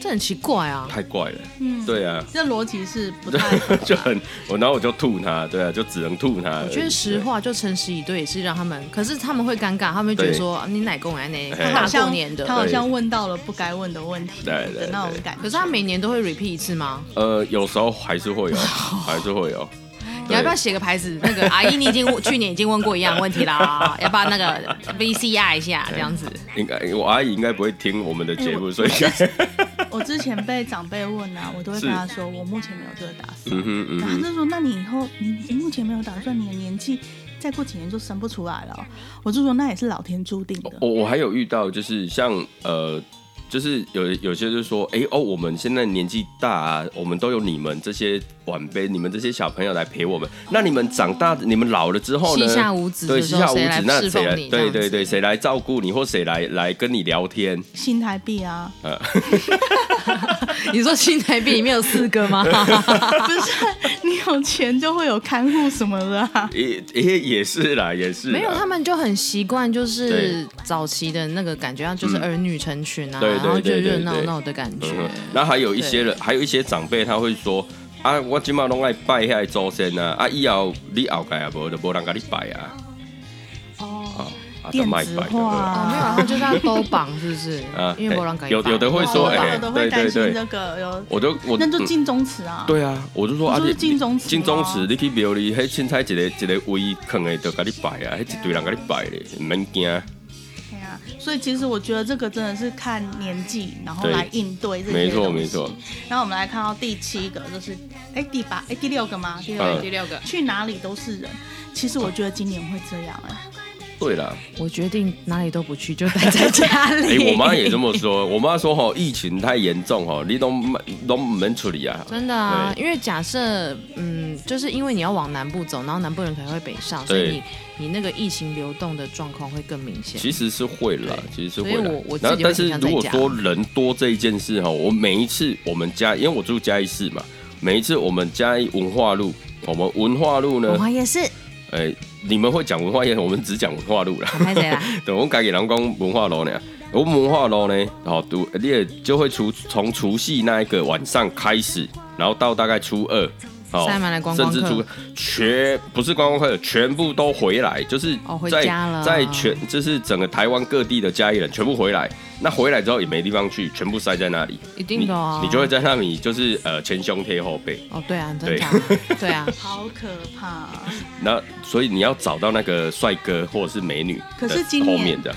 Speaker 2: 这很奇怪啊。
Speaker 1: 太怪了，
Speaker 3: 嗯，
Speaker 1: 对啊。
Speaker 3: 这逻辑是不太合
Speaker 1: 对，
Speaker 3: 理
Speaker 1: 就很我，然后我就吐他，对啊，就只能吐他而已。
Speaker 2: 我觉得实话就诚实以对，也是让他们，可是他们会尴尬，他们会觉得说啊你奶公来呢，
Speaker 1: 哎
Speaker 3: 他
Speaker 2: 大
Speaker 3: 好
Speaker 2: 过
Speaker 3: 像
Speaker 2: 年的
Speaker 3: 他，好像问到了不该问的问题
Speaker 1: 对对对
Speaker 3: 的那种感觉。
Speaker 2: 可是他每年都会 repeat 一次吗？
Speaker 1: 对。呃，有时候还是 会有，还是会有。
Speaker 2: 你要不要写个牌子？那个阿姨，你已经问去年已经问过一样的问题啦，要不要那个 VCR 一下这样子？
Speaker 1: 应该我阿姨应该不会听我们的
Speaker 2: 哎
Speaker 1: 节目，所 以应该
Speaker 3: 我之前被长辈问啊，我都会跟他说，我目前没有这个打算。
Speaker 1: 嗯哼嗯
Speaker 3: 然后他
Speaker 1: 哼，
Speaker 3: 就说：“那你以后你你目前没有打算，你的年纪再过几年就生不出来了哦、我就说：“那也是老天注定的。
Speaker 1: 我我还有遇到就是像呃。就是有有些就说，哎、哦，我们现在年纪大啊，我们都有你们这些晚辈，你们这些小朋友来陪我们。那你们长大，你们老了之后呢？
Speaker 2: 膝下无子
Speaker 1: 对，
Speaker 2: 啊的时
Speaker 1: 膝
Speaker 2: 候
Speaker 1: 下无
Speaker 2: 谁来
Speaker 1: 子，那谁
Speaker 2: 侍奉
Speaker 1: 来？
Speaker 2: 你
Speaker 1: 对
Speaker 2: 这样
Speaker 1: 对
Speaker 2: 子
Speaker 1: 对，谁来照顾你，或谁来来跟你聊天？
Speaker 3: 新台币啊，
Speaker 2: 你说新台币里面有四个 吗？
Speaker 1: 啊
Speaker 3: 不是 你有钱就会有看护什么的、啊。
Speaker 1: 也也也是啦，也是啦
Speaker 2: 没有，他们就很习惯，就是
Speaker 1: 对
Speaker 2: 早期的那个感觉，啊就是
Speaker 1: 嗯
Speaker 2: 儿女成群啊，
Speaker 1: 对对
Speaker 2: 然后就
Speaker 1: 对对
Speaker 2: 热闹
Speaker 1: 对
Speaker 2: 闹的感觉。
Speaker 1: 嗯，那还有一些人，还有一些长辈他会说。啊，我今嘛拢爱拜遐祖先啊，啊以后你后界啊无就无人甲你拜啊，
Speaker 3: 哦，
Speaker 1: 啊啊就
Speaker 3: 电
Speaker 1: 卖
Speaker 3: 子
Speaker 1: 拜就好
Speaker 3: 化
Speaker 1: 了。
Speaker 2: 哦，没有，然后就是要兜绑，是不是
Speaker 1: 啊？
Speaker 2: 因为没人敢
Speaker 1: 有
Speaker 2: 绑哦
Speaker 1: 有的会说
Speaker 2: 兜绑
Speaker 1: 哎
Speaker 3: 哦我都会
Speaker 1: 对
Speaker 3: 担
Speaker 1: 对
Speaker 3: 心
Speaker 1: 对
Speaker 3: 这个有，
Speaker 1: 我就我
Speaker 3: 那就
Speaker 1: 嗯
Speaker 3: 进宗祠啊。
Speaker 1: 对啊，我就说
Speaker 3: 不
Speaker 1: 啊，
Speaker 3: 就是
Speaker 1: 你
Speaker 3: 金钟啊祠
Speaker 1: 金钟祠
Speaker 3: 吗，
Speaker 1: 你去庙里，迄凊彩一个一个位坑的就甲你拜啊，迄一堆人甲你拜咧，毋免惊。
Speaker 3: 对啊，所以其实我觉得这个真的是看年纪，然后
Speaker 1: 对
Speaker 3: 来应对这些
Speaker 1: 没错
Speaker 3: 东西
Speaker 1: 没错。
Speaker 3: 然后我们来看到第七个，就是哎第八哎第六个吗？第六
Speaker 1: 嗯
Speaker 3: 个、
Speaker 2: 第六个，
Speaker 3: 去哪里都是人。其实我觉得今年会这样哎、
Speaker 1: 对 啦，
Speaker 2: 我决定哪里都不去，就待在家
Speaker 1: 哎、
Speaker 2: 里。
Speaker 1: 我妈也这么说，我妈说吼，疫情太严重吼，你都莫都毋免处理啊。
Speaker 2: 真的啊，
Speaker 1: 对
Speaker 2: 因为假设，嗯，就是因为你要往南部走，然后南部人可能会北上，所以
Speaker 1: 对
Speaker 2: 你你那个疫情流动的状况会更明显。
Speaker 1: 其实是会啦，其实是会
Speaker 2: 所以
Speaker 1: 啦
Speaker 2: 我我。自己
Speaker 1: 然后
Speaker 2: 会，
Speaker 1: 但
Speaker 2: 倾
Speaker 1: 是
Speaker 2: 向在
Speaker 1: 如果
Speaker 2: 家
Speaker 1: 说人多这一件事哈，我每一次我们家，因为我住嘉义市嘛，每一次我们嘉义文化路，我们文化路
Speaker 2: 文
Speaker 1: 呢，
Speaker 2: 化夜市，
Speaker 1: 哎、你们会讲文化夜，我们只讲文化路啦。
Speaker 2: 拍谁啦？
Speaker 1: 对，我们改给人讲文化路呢，我们文化路呢，好，都你也就会除从除夕那一个晚上开始，然后到大概初二，哦
Speaker 2: 塞满了观
Speaker 1: 甚
Speaker 2: 光
Speaker 1: 至出
Speaker 2: 客，
Speaker 1: 全不是观光客，全部都回来，就是
Speaker 2: 哦回
Speaker 1: 在、
Speaker 2: 家了
Speaker 1: 在全就是整个台湾各地的家里人全部回来，那回来之后也没地方去，全部塞在那里，
Speaker 2: 一定的啊
Speaker 1: 你你就会在那里就是呃前胸贴后背，
Speaker 2: 哦，对啊，真
Speaker 1: 对
Speaker 2: 的啊，对啊，
Speaker 3: 好可 怕。
Speaker 1: 那所以你要找到那个帅哥或者是美女
Speaker 3: 可
Speaker 1: 的
Speaker 3: 是今
Speaker 1: 后
Speaker 3: 年
Speaker 1: 面的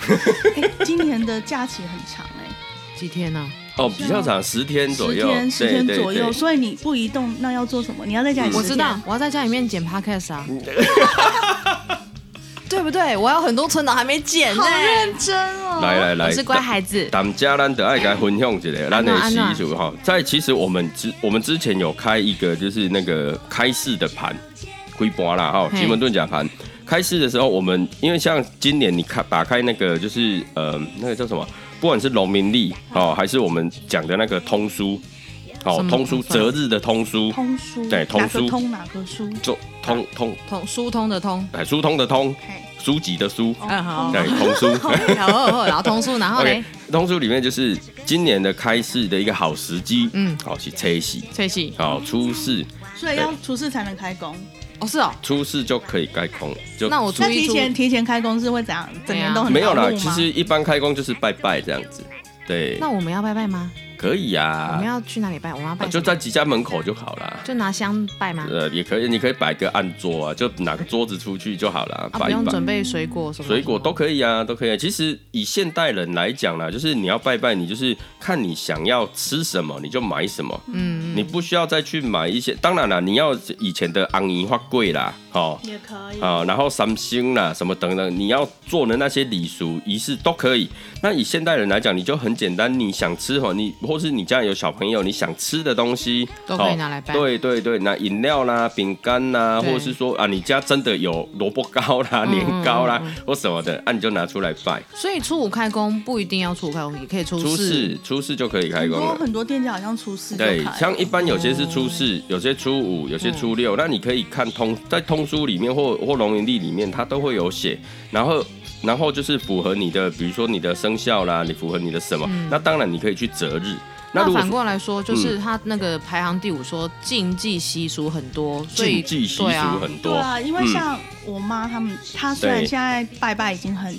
Speaker 3: 哎，今年的假期很长哎，
Speaker 2: 几天啊呢？
Speaker 1: 哦比较长十天左
Speaker 3: 十
Speaker 1: 右，
Speaker 3: 天十天
Speaker 1: 对对
Speaker 3: 左右，
Speaker 1: 对
Speaker 3: 所以你不移动，那要做什么？你要在家里
Speaker 2: 我
Speaker 3: 十
Speaker 2: 知
Speaker 3: 天
Speaker 2: 道，我要在家里面剪 podcast 啊， 对不对？我有很多存档还没剪呢
Speaker 3: 好。认真哦。
Speaker 1: 来来来，
Speaker 2: 我是乖孩子，
Speaker 1: 咱家咱得爱该分享一下咱的习
Speaker 2: 安
Speaker 1: 俗哈。在其实我们之我们之前有开一个就是那个开市的盘，龟盘啦哈，
Speaker 2: 嘿
Speaker 1: 奇门遁甲盘。开市的时候，我们因为像今年你看打开那个就是呃那个叫什么，不管是农民历哦，还是我们讲的那个通书，哦
Speaker 2: 什么
Speaker 1: 通书
Speaker 2: 通书
Speaker 1: 择日的通书，
Speaker 3: 通书
Speaker 1: 对通
Speaker 3: 哪
Speaker 1: 书
Speaker 3: 个通哪个书？
Speaker 1: 就通通
Speaker 2: 通疏通的通，
Speaker 1: 哎疏通的通，
Speaker 3: 嘿
Speaker 1: 书籍的书，
Speaker 2: 嗯好
Speaker 3: 哦
Speaker 1: 对通书。
Speaker 2: 然后然后通书，然后
Speaker 1: OK，
Speaker 2: 嘞，
Speaker 1: 通书里面就是今年的开市的一个好时机，
Speaker 2: 嗯
Speaker 1: 好去车洗，
Speaker 2: 翠喜，
Speaker 1: 好出市，
Speaker 3: 所以要出事才能开工。
Speaker 2: 哦是哦，
Speaker 1: 出市就可以开工，就
Speaker 2: 那我初
Speaker 3: 那
Speaker 2: 一
Speaker 3: 提
Speaker 2: 初
Speaker 3: 前提前开工是会怎样？整年
Speaker 2: 啊
Speaker 3: 都很
Speaker 1: 没有
Speaker 3: 劳
Speaker 1: 啦。
Speaker 3: 碌
Speaker 1: 其
Speaker 3: 吗
Speaker 1: 实一般开工就是拜拜这样子，对，
Speaker 2: 那我们要拜拜吗？
Speaker 1: 可以
Speaker 2: 我们
Speaker 1: 呀、
Speaker 2: 要去哪里拜？我们要
Speaker 1: 啊，
Speaker 2: 拜什么
Speaker 1: 就在几家门口就好啦。
Speaker 2: 就拿香拜吗？
Speaker 1: 呃，也可以，你可以摆个暗桌啊，就拿个桌子出去就好啦，
Speaker 2: 啊，
Speaker 1: 摆
Speaker 2: 不
Speaker 1: 一
Speaker 2: 用
Speaker 1: 摆。
Speaker 2: 准备水果什么？
Speaker 1: 水果都可以啊，都可以、啊。其实以现代人来讲啦，就是你要拜拜，你就是看你想要吃什么，你就买什么。
Speaker 2: 嗯，
Speaker 1: 你不需要再去买一些。当然啦，你要以前的昂姨花贵啦，哦
Speaker 3: 也可以
Speaker 1: 啊、然后三星啦，什么等等，你要做的那些礼俗仪式都可以。那以现代人来讲，你就很简单，你想吃哦，你或是你家里有小朋友，你想吃的东西哦
Speaker 2: 都可以拿来拜
Speaker 1: 对对对，那饮料啦、饼干啦，
Speaker 2: 对
Speaker 1: 或是说啊，你家真的有萝卜糕啦、
Speaker 2: 嗯
Speaker 1: 年糕啦、
Speaker 2: 嗯嗯
Speaker 1: 或什么的，啊，你就拿出来拜。
Speaker 2: 所以初五开工不一定要初五开工，也可以初
Speaker 1: 初
Speaker 2: 四。
Speaker 1: 四初四就可以开
Speaker 3: 很
Speaker 1: 工
Speaker 3: 多
Speaker 1: 了。
Speaker 3: 很多店家好像出事就
Speaker 1: 对，
Speaker 3: 开
Speaker 1: 像一般有些是初四，
Speaker 2: 嗯
Speaker 1: 有些初五，有些初六。那你可以看通在通书里面或或龙云历里面，它都会有写。然后然后就是符合你的，比如说你的生肖啦，你符合你的什么？那当然你可以去择日。那
Speaker 2: 嗯那
Speaker 1: 如果嗯
Speaker 2: 反过来说，就是他那个排行第五说禁忌习俗很多，所以
Speaker 1: 禁忌习俗
Speaker 2: 对啊
Speaker 1: 很多，嗯
Speaker 3: 对啊，因为像我妈他们，她虽然现在拜拜已经很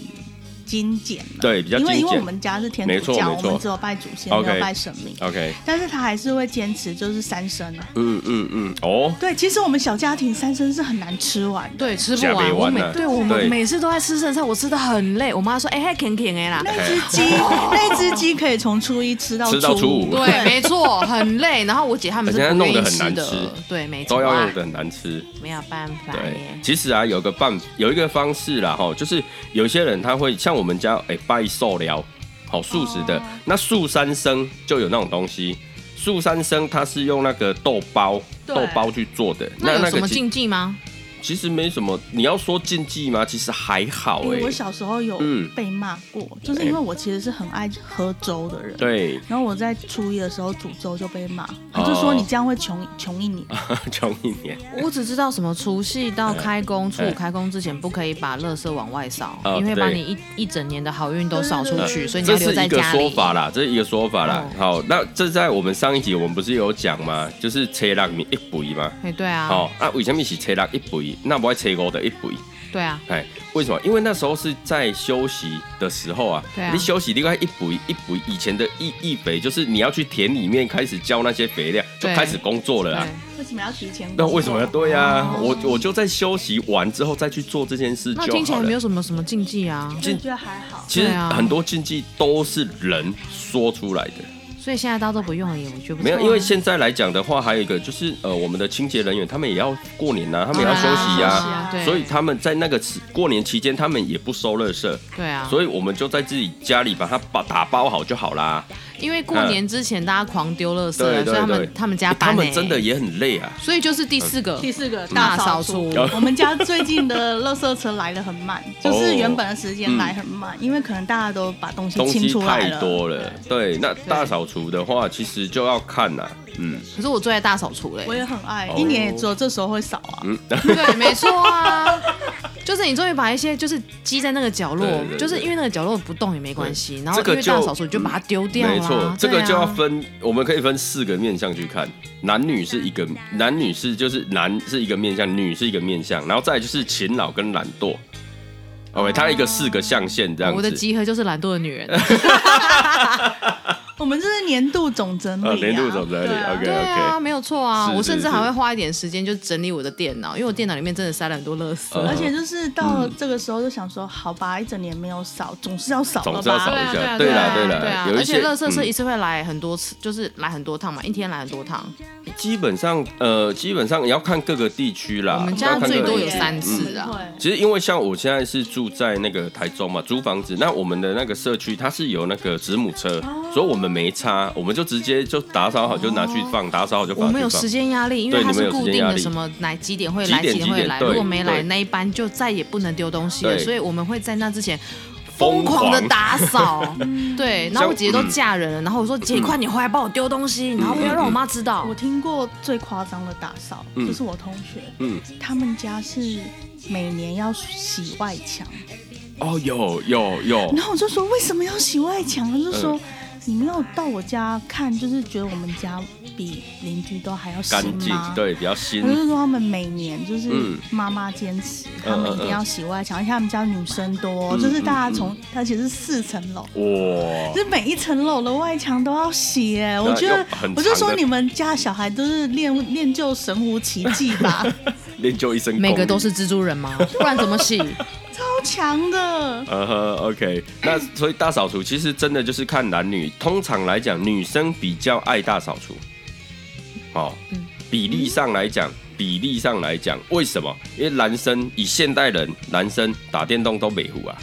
Speaker 3: 精简了，
Speaker 1: 对比较
Speaker 3: 因为
Speaker 1: 精
Speaker 3: 因为我
Speaker 1: 简。
Speaker 3: 们家是天
Speaker 1: 没
Speaker 3: 主
Speaker 1: 错
Speaker 3: 教，
Speaker 1: 没
Speaker 3: 我
Speaker 1: 错
Speaker 3: 们只有拜祖先，没
Speaker 1: OK
Speaker 3: 有拜神明，
Speaker 1: OK，
Speaker 3: 但是她还是会坚持就是三生。啊
Speaker 1: 嗯嗯嗯，哦，
Speaker 3: 对，其实我们小家庭三生是很难吃完的。
Speaker 2: 对吃不
Speaker 1: 下没
Speaker 2: 完。我
Speaker 1: 完
Speaker 2: 每
Speaker 1: 啊
Speaker 2: 对我
Speaker 1: 对
Speaker 2: 们每次都在吃剩菜，我吃的很累。我妈说：“哎，还啃啃哎啦。
Speaker 3: 那只鸡， 那只鸡可以从初一吃到
Speaker 1: 吃到初
Speaker 3: 五
Speaker 1: 五，”
Speaker 2: 对，没错，很累。然后我姐他们是
Speaker 1: 而且她
Speaker 2: 不
Speaker 1: 弄
Speaker 2: 愿
Speaker 1: 得
Speaker 2: 意
Speaker 1: 很
Speaker 2: 吃
Speaker 1: 难
Speaker 2: 的
Speaker 1: 吃，
Speaker 2: 对，没错
Speaker 1: 都要
Speaker 2: 啊，
Speaker 1: 用的很难吃。
Speaker 2: 没有办法
Speaker 1: 对
Speaker 2: 耶，。
Speaker 1: 其实啊，有个办有一个方式啦，哈，就是有些人他会像我们家哎、拜寿疗，好素食的，
Speaker 3: 哦
Speaker 1: 那素三生就有那种东西。素三生它是用那个豆包
Speaker 3: 对
Speaker 1: 豆包去做的，
Speaker 2: 那有
Speaker 1: 那
Speaker 2: 什
Speaker 1: 个
Speaker 2: 么
Speaker 1: 其
Speaker 2: 禁忌吗？
Speaker 1: 其实没什么，你要说禁忌吗？其实还好
Speaker 3: 因
Speaker 1: 哎、
Speaker 3: 为我小时候有
Speaker 1: 嗯
Speaker 3: 被骂过，就是因为我其实是很爱喝粥的人。
Speaker 1: 对，
Speaker 3: 然后我在初一的时候煮粥就被骂，
Speaker 1: 哦啊
Speaker 3: 他就说你这样会穷穷一年。
Speaker 1: 穷一年
Speaker 2: 我只知道什么除夕到开工、初
Speaker 1: 哎
Speaker 2: 五开工之前不可以把垃圾往外扫，
Speaker 1: 哦
Speaker 2: 因为把
Speaker 1: 对
Speaker 2: 你一一整年的好运都扫出去，
Speaker 3: 对
Speaker 2: 所以你要
Speaker 1: 这
Speaker 2: 留
Speaker 1: 是
Speaker 2: 在
Speaker 1: 一个
Speaker 2: 家
Speaker 1: 说
Speaker 2: 里。哦
Speaker 1: 法啦，这是一个说法啦。好，那这在我们上一集我们不是有讲吗？就是车浪米一肥嘛。
Speaker 2: 哎，对啊，
Speaker 1: 哦，那为什么是车浪一肥？那不爱车五的一肥？
Speaker 2: 对啊，
Speaker 1: 哎，为什么？因为那时候是在休息的时候啊，
Speaker 2: 对啊
Speaker 1: 你休息另外一补一补，以前的一一肥就是你要去田里面开始浇那些肥料，就
Speaker 2: 对
Speaker 1: 开始工作了啊
Speaker 2: 对。
Speaker 3: 为什么要提前工
Speaker 1: 那
Speaker 3: 作？
Speaker 1: 为什么要对呀、啊？
Speaker 3: 哦
Speaker 1: 我我就在休息完之后再去做这件事
Speaker 2: 那
Speaker 1: 就
Speaker 2: 听起
Speaker 1: 好
Speaker 2: 来没
Speaker 1: 了。
Speaker 2: 有什么什么禁忌啊，
Speaker 3: 我觉得还好。
Speaker 1: 其实
Speaker 2: 对啊
Speaker 1: 很多禁忌都是人说出来的，
Speaker 2: 所以现在大家都不用了耶，我觉得不
Speaker 1: 没有。
Speaker 2: 错啊
Speaker 1: 因为现在来讲的话，还有一个就是呃，我们的清洁人员他们也要过年呐、啊他们也要休息呀、
Speaker 2: 当
Speaker 3: 啊
Speaker 2: 然啦休息对，
Speaker 1: 所以他们在那个时过年期间，他们也不收垃圾。
Speaker 2: 对啊，
Speaker 1: 所以我们就在自己家里把它把打包好就好啦。
Speaker 2: 因为过年之前大家狂丢垃圾
Speaker 1: 对
Speaker 2: 啊，
Speaker 1: 对
Speaker 2: 所以他
Speaker 1: 对
Speaker 2: 们他们家
Speaker 1: 欸他
Speaker 2: 搬
Speaker 1: 们
Speaker 2: 欸
Speaker 1: 真的，也很累啊。
Speaker 2: 所以就是第四个
Speaker 3: 第四个
Speaker 2: 大
Speaker 3: 大
Speaker 2: 扫
Speaker 3: 扫
Speaker 2: 除
Speaker 3: 除
Speaker 1: 嗯，
Speaker 3: 我们家最近的垃圾车来的很慢，就是原本的时间来很慢，因为可能大家都把东西
Speaker 1: 哦嗯东
Speaker 3: 清
Speaker 1: 西
Speaker 3: 出来
Speaker 1: 太
Speaker 3: 了。
Speaker 1: 多了，对，那大扫除的话，其实就要看啦、嗯，
Speaker 2: 可是我最爱大扫除嘞欸
Speaker 3: 我，也很爱
Speaker 1: 哦，
Speaker 3: 一年也只有这时候会扫啊。
Speaker 2: 对，没错啊，就是你终于把一些就是积在那个角落
Speaker 1: 对对，对
Speaker 2: 就是因为那个角落不动也没关系，然
Speaker 1: 这
Speaker 2: 后因
Speaker 1: 个
Speaker 2: 为
Speaker 1: 就
Speaker 2: 大扫除你就把它丢掉啦
Speaker 1: 没错，这个
Speaker 2: 对啊
Speaker 1: 就要分，我们可以分四个面向去看，男女是一个，男女是就是男是一个面向，女是一个面向，然后再来就是勤劳跟懒惰。OK，它一个四个象限这样子。
Speaker 2: 哦我的集合就是懒惰的 女人，
Speaker 3: 我们这是年度总整理、啊
Speaker 1: 啊年度总整理
Speaker 3: 对啊
Speaker 1: OK
Speaker 2: 对啊，没有错啊，
Speaker 1: 是
Speaker 2: 我甚
Speaker 1: 是
Speaker 2: 至还
Speaker 1: 是
Speaker 2: 会花一点时间就整理我的电脑，因为我电脑里面真的塞了很多垃圾。
Speaker 1: 嗯
Speaker 3: 而且就是到了这个时候，就想说，好吧，一整年没有扫，总是要扫
Speaker 1: 总
Speaker 3: 了
Speaker 1: 是要
Speaker 3: 吧
Speaker 1: 扫？一下，
Speaker 2: 对
Speaker 1: 啦
Speaker 2: 啊
Speaker 1: 对
Speaker 2: 啊对
Speaker 1: 啦，
Speaker 2: 啊，
Speaker 1: 有一
Speaker 2: 而且
Speaker 1: 些
Speaker 2: 垃圾车
Speaker 1: 嗯
Speaker 2: 一次会来很多次，就是来很多趟嘛，一天来很多趟。
Speaker 1: 基本上呃基本上也要看各个地区啦。
Speaker 2: 我们
Speaker 1: 要
Speaker 2: 家
Speaker 1: 看各
Speaker 2: 最
Speaker 1: 个
Speaker 2: 多
Speaker 1: 地
Speaker 2: 有
Speaker 1: 区
Speaker 2: 三次啊
Speaker 3: 对
Speaker 1: 其实因为像我现在是住在那个台中嘛，租房子，那我们的那个社区它是有那个子母车，
Speaker 2: 哦
Speaker 1: 所以我们没差，我们就直接就打扫好就拿去放，打扫好就
Speaker 2: 我
Speaker 1: 放。
Speaker 2: 们有时间压力，因为
Speaker 1: 对
Speaker 2: 它
Speaker 1: 你们
Speaker 2: 是
Speaker 1: 有时
Speaker 2: 固
Speaker 1: 间
Speaker 2: 定
Speaker 1: 压
Speaker 2: 的，
Speaker 1: 力
Speaker 2: 什么来几点会来，
Speaker 1: 几点
Speaker 2: 几点
Speaker 1: 几
Speaker 2: 会
Speaker 1: 点
Speaker 2: 来。
Speaker 1: 对
Speaker 2: 如果没来
Speaker 1: 对
Speaker 2: 那一班，就再也不能丢东西了，
Speaker 1: 对
Speaker 2: 所以我们会在那之前。
Speaker 1: 疯
Speaker 2: 疯
Speaker 1: 狂
Speaker 2: 狂的打 扫，对，然后我姐姐都
Speaker 1: 嗯
Speaker 2: 嫁人了，然后我说姐，快点回来帮我丢东西，然后不要让我妈知道
Speaker 3: 我。听过最夸张的打扫，
Speaker 1: 嗯
Speaker 3: 就是我同学，
Speaker 1: 嗯，
Speaker 3: 他们家是每年要洗外墙，
Speaker 1: 哦，有有有
Speaker 3: 然，后我就说为什么要洗外墙？他就
Speaker 1: 嗯
Speaker 3: 说、你没有到我家看，就是觉得我们家比邻居都还要新
Speaker 1: 干净
Speaker 3: 吗？。
Speaker 1: 对，比较新
Speaker 3: 他，就是说他们每年就是
Speaker 1: 嗯
Speaker 3: 妈妈坚持，
Speaker 1: 嗯
Speaker 3: 他们一定要洗外墙，而且他们家女生多，
Speaker 1: 嗯
Speaker 3: 就是大
Speaker 1: 嗯
Speaker 3: 家从而且是四层楼。
Speaker 2: 嗯
Speaker 1: 哇，
Speaker 3: 就是每一层楼的外墙都要洗耶，我觉
Speaker 1: 又
Speaker 3: 得
Speaker 1: 啊很长的
Speaker 3: 我就说你们家小孩都是练练就神乎其技 吧，
Speaker 1: 练就一身功。
Speaker 2: 每个都是蜘蛛人吗？不然怎么 洗？
Speaker 3: 超强的。
Speaker 1: 呃呵，OK，那所以大扫除其实真的就是看男女，通常来讲，女生比较爱大扫除，哦，
Speaker 2: 嗯
Speaker 1: 比例上来讲，比例上来讲，为什么？因为男生以现代人，男生打电动都美糊啊，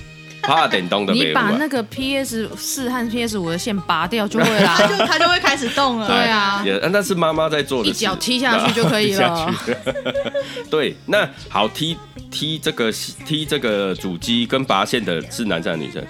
Speaker 1: 怕电动的
Speaker 2: 你
Speaker 1: 美糊
Speaker 2: 把
Speaker 1: 啊
Speaker 2: 那。个 PS 四和 PS 五的线拔掉就会 啦
Speaker 3: 他。就他就会开始动了，
Speaker 2: 对啊
Speaker 1: 也那是妈妈在做的
Speaker 2: 一
Speaker 1: 事，
Speaker 2: 脚踢下去就 可以
Speaker 1: 踢
Speaker 2: 了
Speaker 1: 下去。 对，那好踢踢这个踢这个主机跟拔线的是男生还是女生？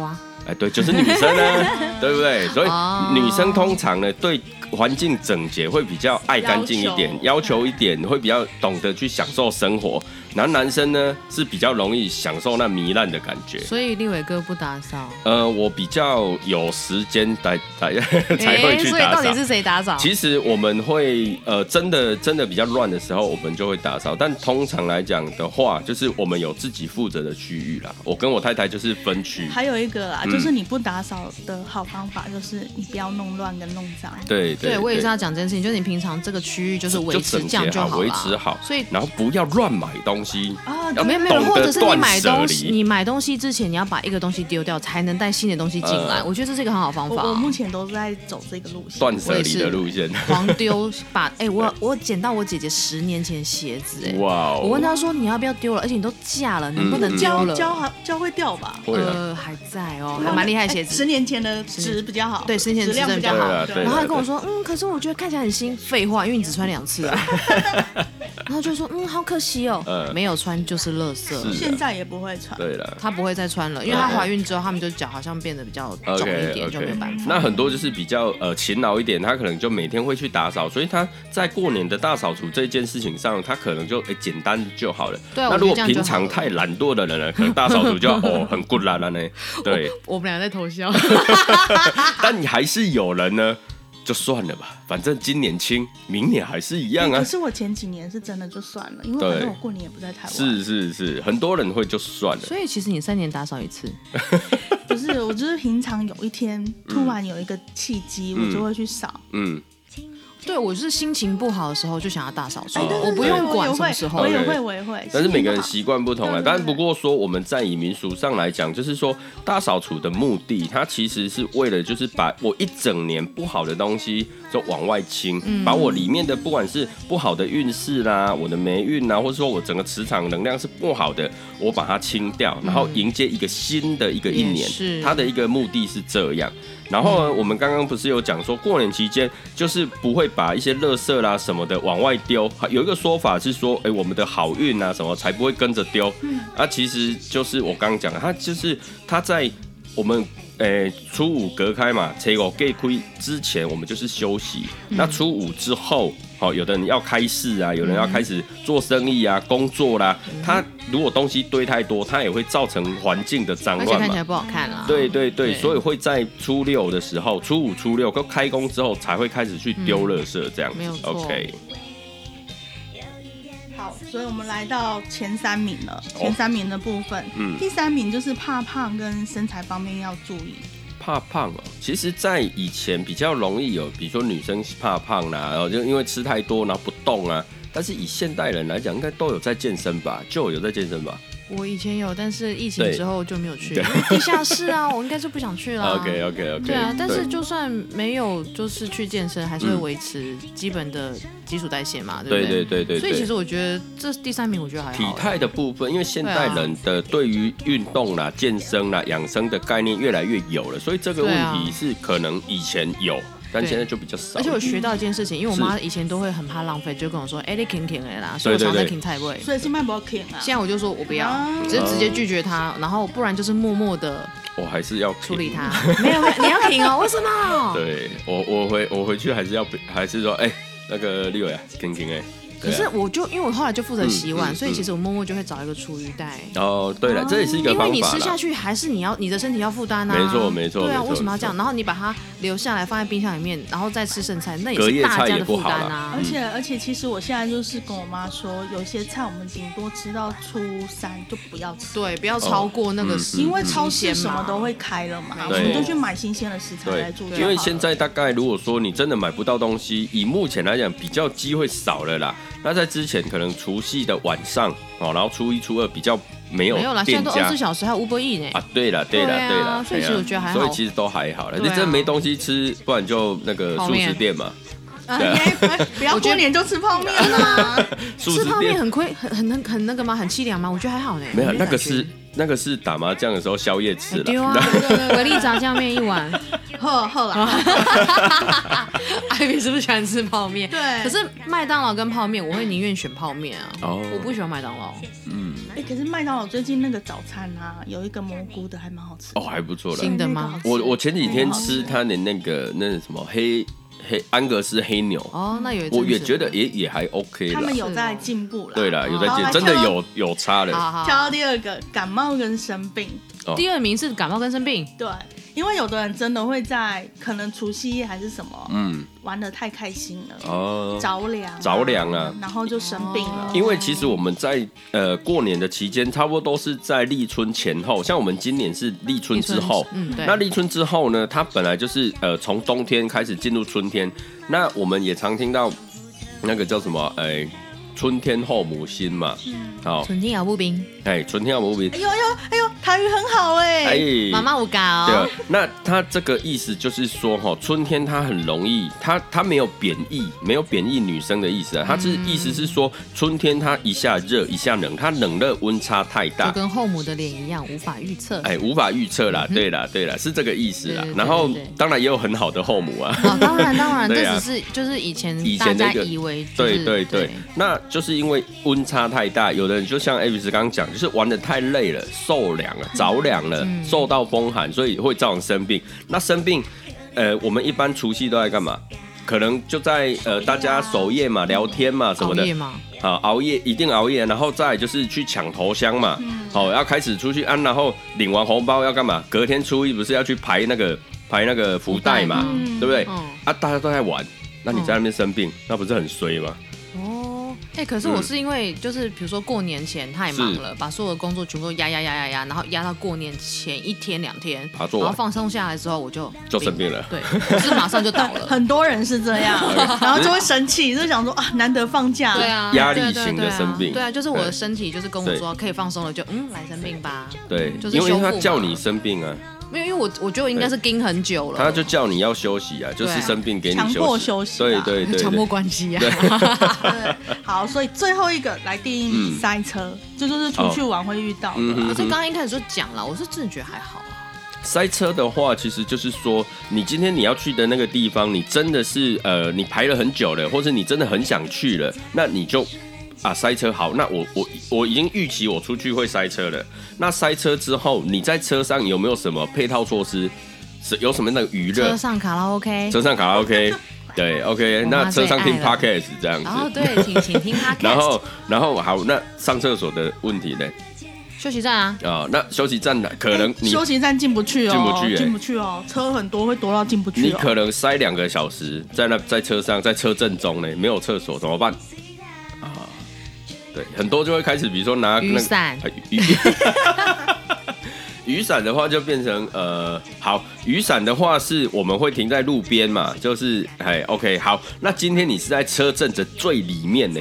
Speaker 2: 哇，
Speaker 1: 哎，对，就是女生呢， 对不对？所以
Speaker 2: 哦
Speaker 1: 女生通常呢，对环境整洁会比较爱干净一点，要求一点，会比较懂得去享受生活。然后男生呢，是比较容易享受那糜烂的感觉。
Speaker 2: 所以立伟哥不打扫，
Speaker 1: 呃，我比较有时间来 来 才会
Speaker 2: 诶
Speaker 1: 去
Speaker 2: 哎所以
Speaker 1: 打
Speaker 2: 到
Speaker 1: 扫
Speaker 2: 底。是谁打扫？
Speaker 1: 其实我们会呃，真的真的比较乱的时候，我们就会打扫。但通常来讲的话，就是我们有自己负责的区域啦。我跟我太太就是分区。
Speaker 3: 还有一个啊，
Speaker 1: 嗯
Speaker 3: 就是你不打扫的好方法就是你不要弄乱跟弄脏。
Speaker 1: 对对
Speaker 2: 对，我也是要讲这件事情，就是你平常这个区域就是维
Speaker 1: 就
Speaker 2: 持
Speaker 1: 整
Speaker 2: 这
Speaker 1: 洁啊
Speaker 2: 样就好啦
Speaker 1: 维持好，
Speaker 2: 所以
Speaker 1: 然后不要乱买东西，
Speaker 3: 啊，
Speaker 1: 要
Speaker 2: 没有没有，
Speaker 1: 懂得
Speaker 2: 或者是你买东
Speaker 1: 断舍
Speaker 2: 西，
Speaker 1: 离
Speaker 2: 你买东西之前你要把一个东西丢掉，才能带新的东西进来。
Speaker 1: 呃
Speaker 2: 我觉得这是一个很好方
Speaker 3: 我
Speaker 2: 法。
Speaker 3: 我目前都是在走这个路线。
Speaker 1: 断舍离的路线。
Speaker 2: 狂丢把哎、我我捡到我姐姐十年前的鞋子哎、
Speaker 1: 哇哦！嗯
Speaker 2: 我问她说你要不要丢了，而且你都嫁了，能不能丢
Speaker 3: 胶
Speaker 2: 了？
Speaker 3: 胶还胶会掉吧？
Speaker 1: 会啊，
Speaker 2: 呃还在哦，还蛮厉害的鞋
Speaker 3: 哎十
Speaker 2: 子。
Speaker 3: 年前的值比较好，
Speaker 2: 对十年前
Speaker 3: 质
Speaker 2: 的
Speaker 3: 量
Speaker 2: 质
Speaker 3: 比
Speaker 2: 量
Speaker 3: 较
Speaker 2: 比较
Speaker 1: 好
Speaker 3: 好。
Speaker 1: 对啊
Speaker 2: 然后她跟我说，嗯，可是我觉得看起来很新。废话，因为你只穿两 次啊。然后就说，嗯，好可惜哦，
Speaker 1: 呃
Speaker 2: 没有穿就是垃圾。
Speaker 1: 是
Speaker 3: 现在也不会穿。哎
Speaker 1: 对了。
Speaker 2: 她不会再穿了，因为她怀孕之后，她们就脚好像变得比较肿
Speaker 1: OK
Speaker 2: 一点，就没有
Speaker 1: OK，
Speaker 2: 办法。
Speaker 1: 那很多就是比较呃勤劳一点，他可能就每天会去打扫，所以他在过年的大扫除这件事情上，他可能就、诶简单就好了。
Speaker 2: 对啊
Speaker 1: 那如
Speaker 2: 我
Speaker 1: 果
Speaker 2: 觉得这样就
Speaker 1: 平常
Speaker 2: 好了
Speaker 1: 太懒惰的人呢，可能大扫除 就哦很困难了呢。对，
Speaker 2: 我们俩在偷笑。
Speaker 1: 但你还是有人呢，就算了吧，反正今年轻，明年还是一样 啊
Speaker 3: 可。是我前几年是真的就算了，因为反
Speaker 1: 对
Speaker 3: 正我过年也不在台湾。
Speaker 1: 是是是，很多人会就算了。
Speaker 2: 所以其实你三年打扫一次，
Speaker 3: 不是，我就是平常有一天突然有一个契机，
Speaker 1: 嗯
Speaker 3: 我就会去扫。
Speaker 1: 嗯，
Speaker 2: 对我是心情不好的时候就想要大扫除，
Speaker 1: 哎对
Speaker 2: 我不用管
Speaker 3: 我
Speaker 2: 什么时候
Speaker 3: 我。也
Speaker 1: OK
Speaker 3: 会，我也会。
Speaker 1: 但是每个人
Speaker 3: 心
Speaker 1: 习惯不同啊。
Speaker 3: 对对对
Speaker 1: 但不过说，我们在以民俗上来讲，就是说大扫除的目的，它其实是为了就是把我一整年不好的东西就往外清，
Speaker 3: 嗯
Speaker 1: 把我里面的不管是不好的运势啦，我的霉运啦，或者说我整个磁场能量是不好的，我把它清掉，然
Speaker 3: 嗯
Speaker 1: 后迎接一个新的一个一
Speaker 2: 也
Speaker 1: 年。
Speaker 2: 是
Speaker 1: 它的一个目的是这样。然后呢，我们刚刚不是有讲说，过年期间就是不会把一些垃圾啦什么的往外丢。有一个说法是说，哎，我们的好运啊什么才不
Speaker 2: 嗯
Speaker 1: 会跟着丢。啊，其实就是我刚刚讲的，它就是它在我们诶、初五隔开嘛，初五隔开之前我们就是休息，
Speaker 2: 嗯
Speaker 1: 那初五之后，好、有的人要开市啊，有人要开始做生意啊、工作啦，
Speaker 2: 嗯
Speaker 1: 他如果东西堆太多，他也会造成环境的脏
Speaker 2: 而且
Speaker 1: 乱
Speaker 2: 看起
Speaker 1: 嘛
Speaker 2: 来。不好看啦。
Speaker 1: 对对对，
Speaker 2: 对
Speaker 1: 所以会在初六的时候，初五、初六跟开工之后才会开始去丢垃圾这样子。
Speaker 2: 没有错
Speaker 1: OK，
Speaker 3: 好，所以我们来到前三名了，
Speaker 1: 哦
Speaker 3: 前三名的部分，
Speaker 1: 嗯
Speaker 3: 第三名就是怕胖跟身材方面要注意，
Speaker 1: 怕胖哦，其实，在以前比较容易有，比如说女生怕胖啦、然后就因为吃太多，然后不动啊。但是以现代人来讲，应该都有在健身吧？就有在健身吧
Speaker 2: 我以前有，但是疫情
Speaker 1: 对
Speaker 2: 之后就没有去
Speaker 1: 对
Speaker 2: 地下室啊，我应该是不想 去了。
Speaker 1: ？OK OK OK。
Speaker 2: 对啊，但是就算没有，就是去健身，还是会维持基本的基础代谢嘛，
Speaker 1: 对
Speaker 2: 不
Speaker 1: 对对对
Speaker 2: 所以其
Speaker 1: 对
Speaker 2: 实。我觉得这第三名，我觉得还好。
Speaker 1: 体态的部分，因为现代人的对于运动啦、健身啦、养生的概念越来越有了，所以这个
Speaker 2: 啊对
Speaker 1: 问
Speaker 2: 啊
Speaker 1: 题是可能以前有，但
Speaker 2: 对
Speaker 1: 现在就比较少。
Speaker 2: 而且我学到一件事情，因为我
Speaker 1: 是
Speaker 2: 妈以前都会很怕浪费，就跟我说：“哎、你啃啃哎啦。”所以我
Speaker 1: 对
Speaker 2: 常
Speaker 1: 对
Speaker 2: 在
Speaker 1: 对
Speaker 2: 啃菜味。
Speaker 3: 所以是脉搏 king 啊。
Speaker 2: 现在我就说我不要
Speaker 3: 啊，
Speaker 2: 只是直接拒绝她，然后不然就是默默的
Speaker 1: 我还是要
Speaker 2: 处理
Speaker 1: 停
Speaker 2: 她。没有，没有，你要 停哦，为什
Speaker 1: 嗯
Speaker 2: 么？
Speaker 1: 对我，我回我回去还是要还是说，哎、那个立伟啊，听听哎。
Speaker 2: 可
Speaker 1: 对啊
Speaker 2: 是我就因为我后来就负责洗
Speaker 1: 嗯
Speaker 2: 碗，
Speaker 1: 嗯
Speaker 2: 所以其实我默默就会找一个厨余袋。
Speaker 1: 哦，对了，这也是一个
Speaker 2: 因为
Speaker 1: 方
Speaker 2: 你
Speaker 1: 法
Speaker 2: 吃
Speaker 1: 啦
Speaker 2: 下。去还是你要你的身体要负担啊，
Speaker 1: 没错没错
Speaker 2: 对啊，
Speaker 1: 没错
Speaker 2: 为什么要这样？
Speaker 1: 没
Speaker 2: 然后你把它留下来放在冰箱里面，然后再吃剩菜，那也
Speaker 1: 隔
Speaker 2: 是
Speaker 1: 夜
Speaker 2: 大
Speaker 1: 菜
Speaker 2: 家
Speaker 1: 也
Speaker 2: 的
Speaker 1: 不
Speaker 2: 负
Speaker 1: 好
Speaker 2: 担
Speaker 1: 啦
Speaker 2: 啊
Speaker 3: 而。且而且，其实我现在就是跟我妈说，有些菜我们顶多吃到初三就不要吃，
Speaker 2: 对，不要超过那个
Speaker 1: 嗯嗯
Speaker 2: 时间
Speaker 3: 因
Speaker 2: 嘛，
Speaker 3: 为超市什么都会开了嘛，我
Speaker 2: 对
Speaker 3: 们就去买新鲜的食材
Speaker 1: 对
Speaker 3: 来做就好，了。
Speaker 1: 因为现在大概如果说你真的买不到东西，以目前来讲比较机会少了啦。那在之前可能除夕的晚上哦，然后初一初二比较没有
Speaker 2: 没有啦，现
Speaker 1: 店
Speaker 2: 在都二
Speaker 1: 家
Speaker 2: 十四小时，还有 Uber E 呢。
Speaker 1: 啊，对了对了
Speaker 2: 对啊
Speaker 1: 了，
Speaker 2: 所以其实
Speaker 1: 对啊
Speaker 2: 我觉得还好
Speaker 1: 所以其实都还好了，
Speaker 2: 对
Speaker 1: 就
Speaker 2: 啊
Speaker 1: 真没东西吃，不然就那个
Speaker 2: 泡
Speaker 1: 素
Speaker 2: 面
Speaker 1: 食店嘛，
Speaker 3: 啊，哎不要过年就吃泡面
Speaker 2: 啊
Speaker 3: 了。
Speaker 1: 素
Speaker 2: 吃
Speaker 1: 食
Speaker 2: 泡
Speaker 1: 店
Speaker 2: 面很亏，很很很很那个吗？很凄凉吗？我觉得还好呢。
Speaker 1: 没有，
Speaker 2: 我觉得
Speaker 1: 那个
Speaker 2: 感觉
Speaker 1: 是那个是打麻将的时候宵夜吃
Speaker 2: 很
Speaker 1: 了
Speaker 2: 丢。啊！维力炸酱面一碗，
Speaker 3: 呵呵啦，
Speaker 2: 艾比是不是喜欢吃泡面？
Speaker 3: 对
Speaker 2: 可是麦当劳跟泡面，我会宁愿选泡面啊。
Speaker 1: 哦
Speaker 2: 我不喜欢麦当劳，
Speaker 3: 哎，可是麦当劳最近那个早餐啊，有一个蘑菇的还蛮好吃的哎
Speaker 1: 哦，。还不错啦。
Speaker 2: 新的吗
Speaker 1: 我我前几天
Speaker 3: 嗯好
Speaker 1: 吃
Speaker 3: 吃
Speaker 1: 他的那个那什么黑黑安格斯黑牛，
Speaker 2: 哦，那有一阵
Speaker 1: 我也
Speaker 2: 子
Speaker 1: 觉得也也还 OK
Speaker 3: 他
Speaker 1: 啦
Speaker 3: 们。有在进步了。
Speaker 1: 对啦，
Speaker 2: 哦
Speaker 1: 有在
Speaker 3: 好
Speaker 1: 见，
Speaker 3: 来
Speaker 1: 真的
Speaker 3: 跳
Speaker 1: 有有差的。
Speaker 2: 好好
Speaker 3: 挑到第二个，感冒跟生病。
Speaker 2: 第二名是感冒跟生病，
Speaker 3: 对，因为有的人真的会在可能除夕夜还是什么，
Speaker 1: 嗯
Speaker 3: 玩的太开心了，
Speaker 1: 哦，
Speaker 3: 着凉，
Speaker 1: 着凉啊，
Speaker 3: 然后就生病了。
Speaker 1: 因为其实我们在呃过年的期间，差不多都是在立春前后，像我们今年是立春之后，
Speaker 2: 嗯，对。
Speaker 1: 那立春之后呢，它本来就是呃从冬天开始进入春天，那我们也常听到那个叫什么哎、春天后母心嘛，
Speaker 2: 嗯
Speaker 1: 好
Speaker 2: 纯金摇步兵，
Speaker 1: 哎、春天后母心
Speaker 3: 哎，呦哎呦哎呦，台语很好哎、
Speaker 1: 哎、
Speaker 2: 妈妈我搞
Speaker 1: 对啊，那它这个意思就是说，哈，春天它很容易，它它没有贬义，没有贬义女生的意思啊，它是意思是说，春天它一下热一下冷，它冷热温差太
Speaker 2: 就
Speaker 1: 大，
Speaker 2: 跟后母的脸一样，无法预测。
Speaker 1: 哎，无法预测啦。对啦，对啦，是这个意思啦
Speaker 2: 嗯对。对
Speaker 1: 然后
Speaker 2: 对对对
Speaker 1: 当然也有很好的后母啊，
Speaker 2: 哦，当然当然，
Speaker 1: 对啊
Speaker 2: 这只是就是以前
Speaker 1: 以
Speaker 2: 大
Speaker 1: 前的
Speaker 2: 家
Speaker 1: 一个
Speaker 2: 以为就
Speaker 1: 对
Speaker 2: 是
Speaker 1: 对对，那就是因为温差太大，有的人就像 Avis 刚刚讲，就是玩的太累了，受凉
Speaker 2: 嗯
Speaker 1: 了，着凉了，受到风寒，所以会造成生病。那生病，呃，我们一般除夕都在干嘛？可能就在呃大家守夜嘛、聊天嘛什
Speaker 2: 嗯熬
Speaker 1: 么的
Speaker 2: 夜嘛，
Speaker 1: 啊，熬夜一定熬夜，啊然后再来就是去抢头香嘛，
Speaker 2: 嗯
Speaker 1: 好、要开始出去按，然后领完红包要干嘛？隔天初一不是要去排那个排那个福袋嘛，
Speaker 2: 福袋嗯
Speaker 1: 对不对？
Speaker 2: 嗯
Speaker 1: 啊，大家都在玩，那你在那边生病，那不是很衰吗？
Speaker 2: 哦，哎、可
Speaker 1: 嗯
Speaker 2: 是我是因为就是比如说过年前太忙了，把所有的工作全部都压压压压压，然后压到过年前一天两天，
Speaker 1: 把它做完
Speaker 2: 然后放松下来之后我就
Speaker 1: 就生病了
Speaker 2: 对，我是马上就倒 了。
Speaker 3: 嗯很多人是这样，然后就会生气，就想说啊，难得放假，
Speaker 2: 对啊，
Speaker 1: 压力
Speaker 2: 对对
Speaker 1: 型的
Speaker 2: 对啊
Speaker 1: 生病
Speaker 2: 对啊，就是我的
Speaker 1: 对
Speaker 2: 身体就是跟我说可以放松了，就嗯来生病吧。
Speaker 1: 对，
Speaker 2: 嗯就是
Speaker 1: 因为
Speaker 2: 修复
Speaker 1: 他
Speaker 2: 嘛
Speaker 1: 叫你生病啊，
Speaker 2: 没有，因为我我觉得我应该是盯很久了，
Speaker 1: 他就叫你要休息啊，就
Speaker 2: 对
Speaker 1: 是
Speaker 2: 啊
Speaker 1: 生病给你
Speaker 3: 强
Speaker 1: 休
Speaker 3: 迫
Speaker 1: 息，
Speaker 3: 休息
Speaker 1: 对
Speaker 3: 啊
Speaker 1: 对对
Speaker 2: 强迫
Speaker 1: 对，
Speaker 2: 关机啊。
Speaker 3: 对好，所以最后一个来第一名塞车，这就是出去玩会遇到的。
Speaker 1: 嗯
Speaker 2: 可
Speaker 1: 哼
Speaker 2: 是
Speaker 1: 哼
Speaker 2: 啊刚。刚一开始就讲了，我是真的觉得还好啊。
Speaker 1: 塞车的话，其实就是说，你今天你要去的那个地方，你真的是呃，你排了很久了，或者你真的很想去了，那你就啊塞车好，那我我我已经预期我出去会塞车了。那塞车之后，你在车上有没有什么配套措施？是有什么那个娱乐
Speaker 2: 车？上卡拉 OK，
Speaker 1: 车上卡拉 OK，对 OK，
Speaker 2: 哎哦我妈
Speaker 1: 那车上听
Speaker 2: 最爱了
Speaker 1: Podcast 这样
Speaker 2: 然后
Speaker 1: 子。
Speaker 2: 哦对，请请听 他
Speaker 1: 然后，然后好，那上厕所的问题呢？
Speaker 2: 休息站啊，
Speaker 1: 啊、那休息站呢？可
Speaker 2: 哎
Speaker 1: 能你
Speaker 3: 哎休息站进不去哦，
Speaker 1: 进不去欸
Speaker 3: 进不去哦，车很多会多到进不去
Speaker 2: 啊
Speaker 1: 你
Speaker 3: 哦。
Speaker 1: 可能塞两个小时在那在车上，在车阵中呢，没有厕所怎么办？啊，对，很多就会开始，比如说拿
Speaker 2: 雨伞
Speaker 1: 那个啊雨 雨雨伞的话就变成呃，好，雨伞的话是我们会停在路边嘛，就是哎，OK，好，那今天你是在车阵的最里面呢。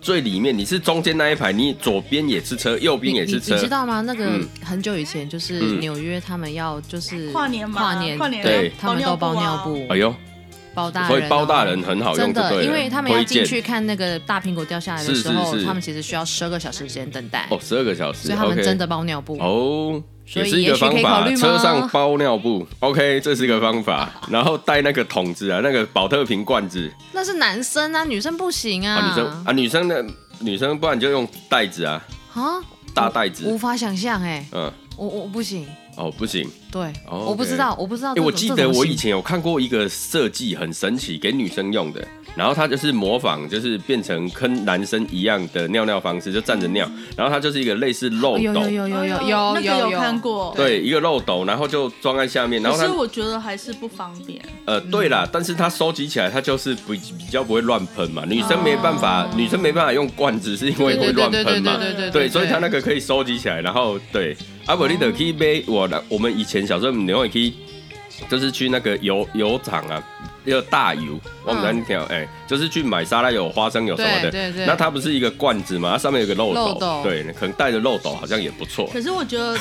Speaker 1: 最里面，你是中间那一排，你左边也是车，右边
Speaker 2: 你
Speaker 1: 也
Speaker 2: 你
Speaker 1: 是
Speaker 2: 你
Speaker 1: 车，
Speaker 2: 知道吗？那个
Speaker 1: 嗯
Speaker 2: 很久以前就是
Speaker 1: 嗯
Speaker 2: 纽约他们要就是
Speaker 3: 跨年嘛
Speaker 2: 跨年
Speaker 3: 跨年
Speaker 1: 对
Speaker 2: 他们都包尿
Speaker 3: 尿布啊
Speaker 2: 布，
Speaker 1: 哎呦，
Speaker 2: 包大人啊，
Speaker 1: 所以包大人很好用
Speaker 2: 真
Speaker 1: 就对了
Speaker 2: 的，因为他们要
Speaker 1: 推荐
Speaker 2: 进去看那个大苹果掉下来的
Speaker 1: 是
Speaker 2: 时候
Speaker 1: 是，是
Speaker 2: 他们其实需要十二个小时的时间等待，
Speaker 1: 哦，十二个小时，
Speaker 2: 所以他们
Speaker 1: OK
Speaker 2: 真的包尿布。
Speaker 1: 哦，
Speaker 2: 所
Speaker 1: 也
Speaker 2: 以
Speaker 1: 是一个方
Speaker 2: 也许可以考
Speaker 1: 法。
Speaker 2: 虑吗
Speaker 1: 车上包尿布，OK，这是一个方 法。然后带那个桶子啊，那个保特瓶罐子
Speaker 2: 那是男生啊，女生不行
Speaker 1: 啊，
Speaker 2: 啊。
Speaker 1: 女生啊，女生的女生，不然就用袋子啊，
Speaker 2: 啊
Speaker 1: 大袋
Speaker 2: 无
Speaker 1: 子。
Speaker 2: 法想象哎，
Speaker 1: 嗯，
Speaker 2: 我我不行，
Speaker 1: 哦，不行，
Speaker 2: 对，
Speaker 1: 哦
Speaker 2: 我不知道，我不知道
Speaker 1: 因
Speaker 2: 这
Speaker 1: 为
Speaker 2: 种。
Speaker 1: 我记
Speaker 2: 这
Speaker 1: 得
Speaker 2: 种
Speaker 1: 我
Speaker 2: 行
Speaker 1: 以前有看过一个设计很神奇，给女生用的。然后它就是模仿，就是变成跟男生一样的尿尿方式，就站着尿。然后它就是一个类似漏
Speaker 2: 有哦有
Speaker 1: 斗，
Speaker 2: 有有有有
Speaker 3: 哎那个有看过，
Speaker 1: 对，一个漏斗，然后就装在下面。然
Speaker 3: 可
Speaker 1: 后它
Speaker 3: 是我觉得还是不方便。
Speaker 1: 呃，对
Speaker 2: 嗯
Speaker 1: 啦，但是它收集起来，它就是比比较不会乱喷嘛。女生没办法，
Speaker 2: 哦
Speaker 1: 女生没办法用罐子，是因为会
Speaker 2: 对对
Speaker 1: 乱
Speaker 2: 对对
Speaker 1: 喷
Speaker 2: 对
Speaker 1: 嘛。
Speaker 2: 对对
Speaker 1: 对，所以它那个可以收集起来，然后对，啊阿伯利的 key 杯，我的我们以前小时候你会可以，就是去那个油油厂啊，要大油，我们那条哎，就是去买沙拉有花生有什么
Speaker 2: 对
Speaker 1: 的。
Speaker 2: 嗯对对，
Speaker 1: 那它不是一个罐子嘛，它啊上面有个漏
Speaker 2: 漏
Speaker 1: 斗
Speaker 2: 斗，
Speaker 1: 对，可能带着漏斗好像也不错。
Speaker 3: 可是我觉 得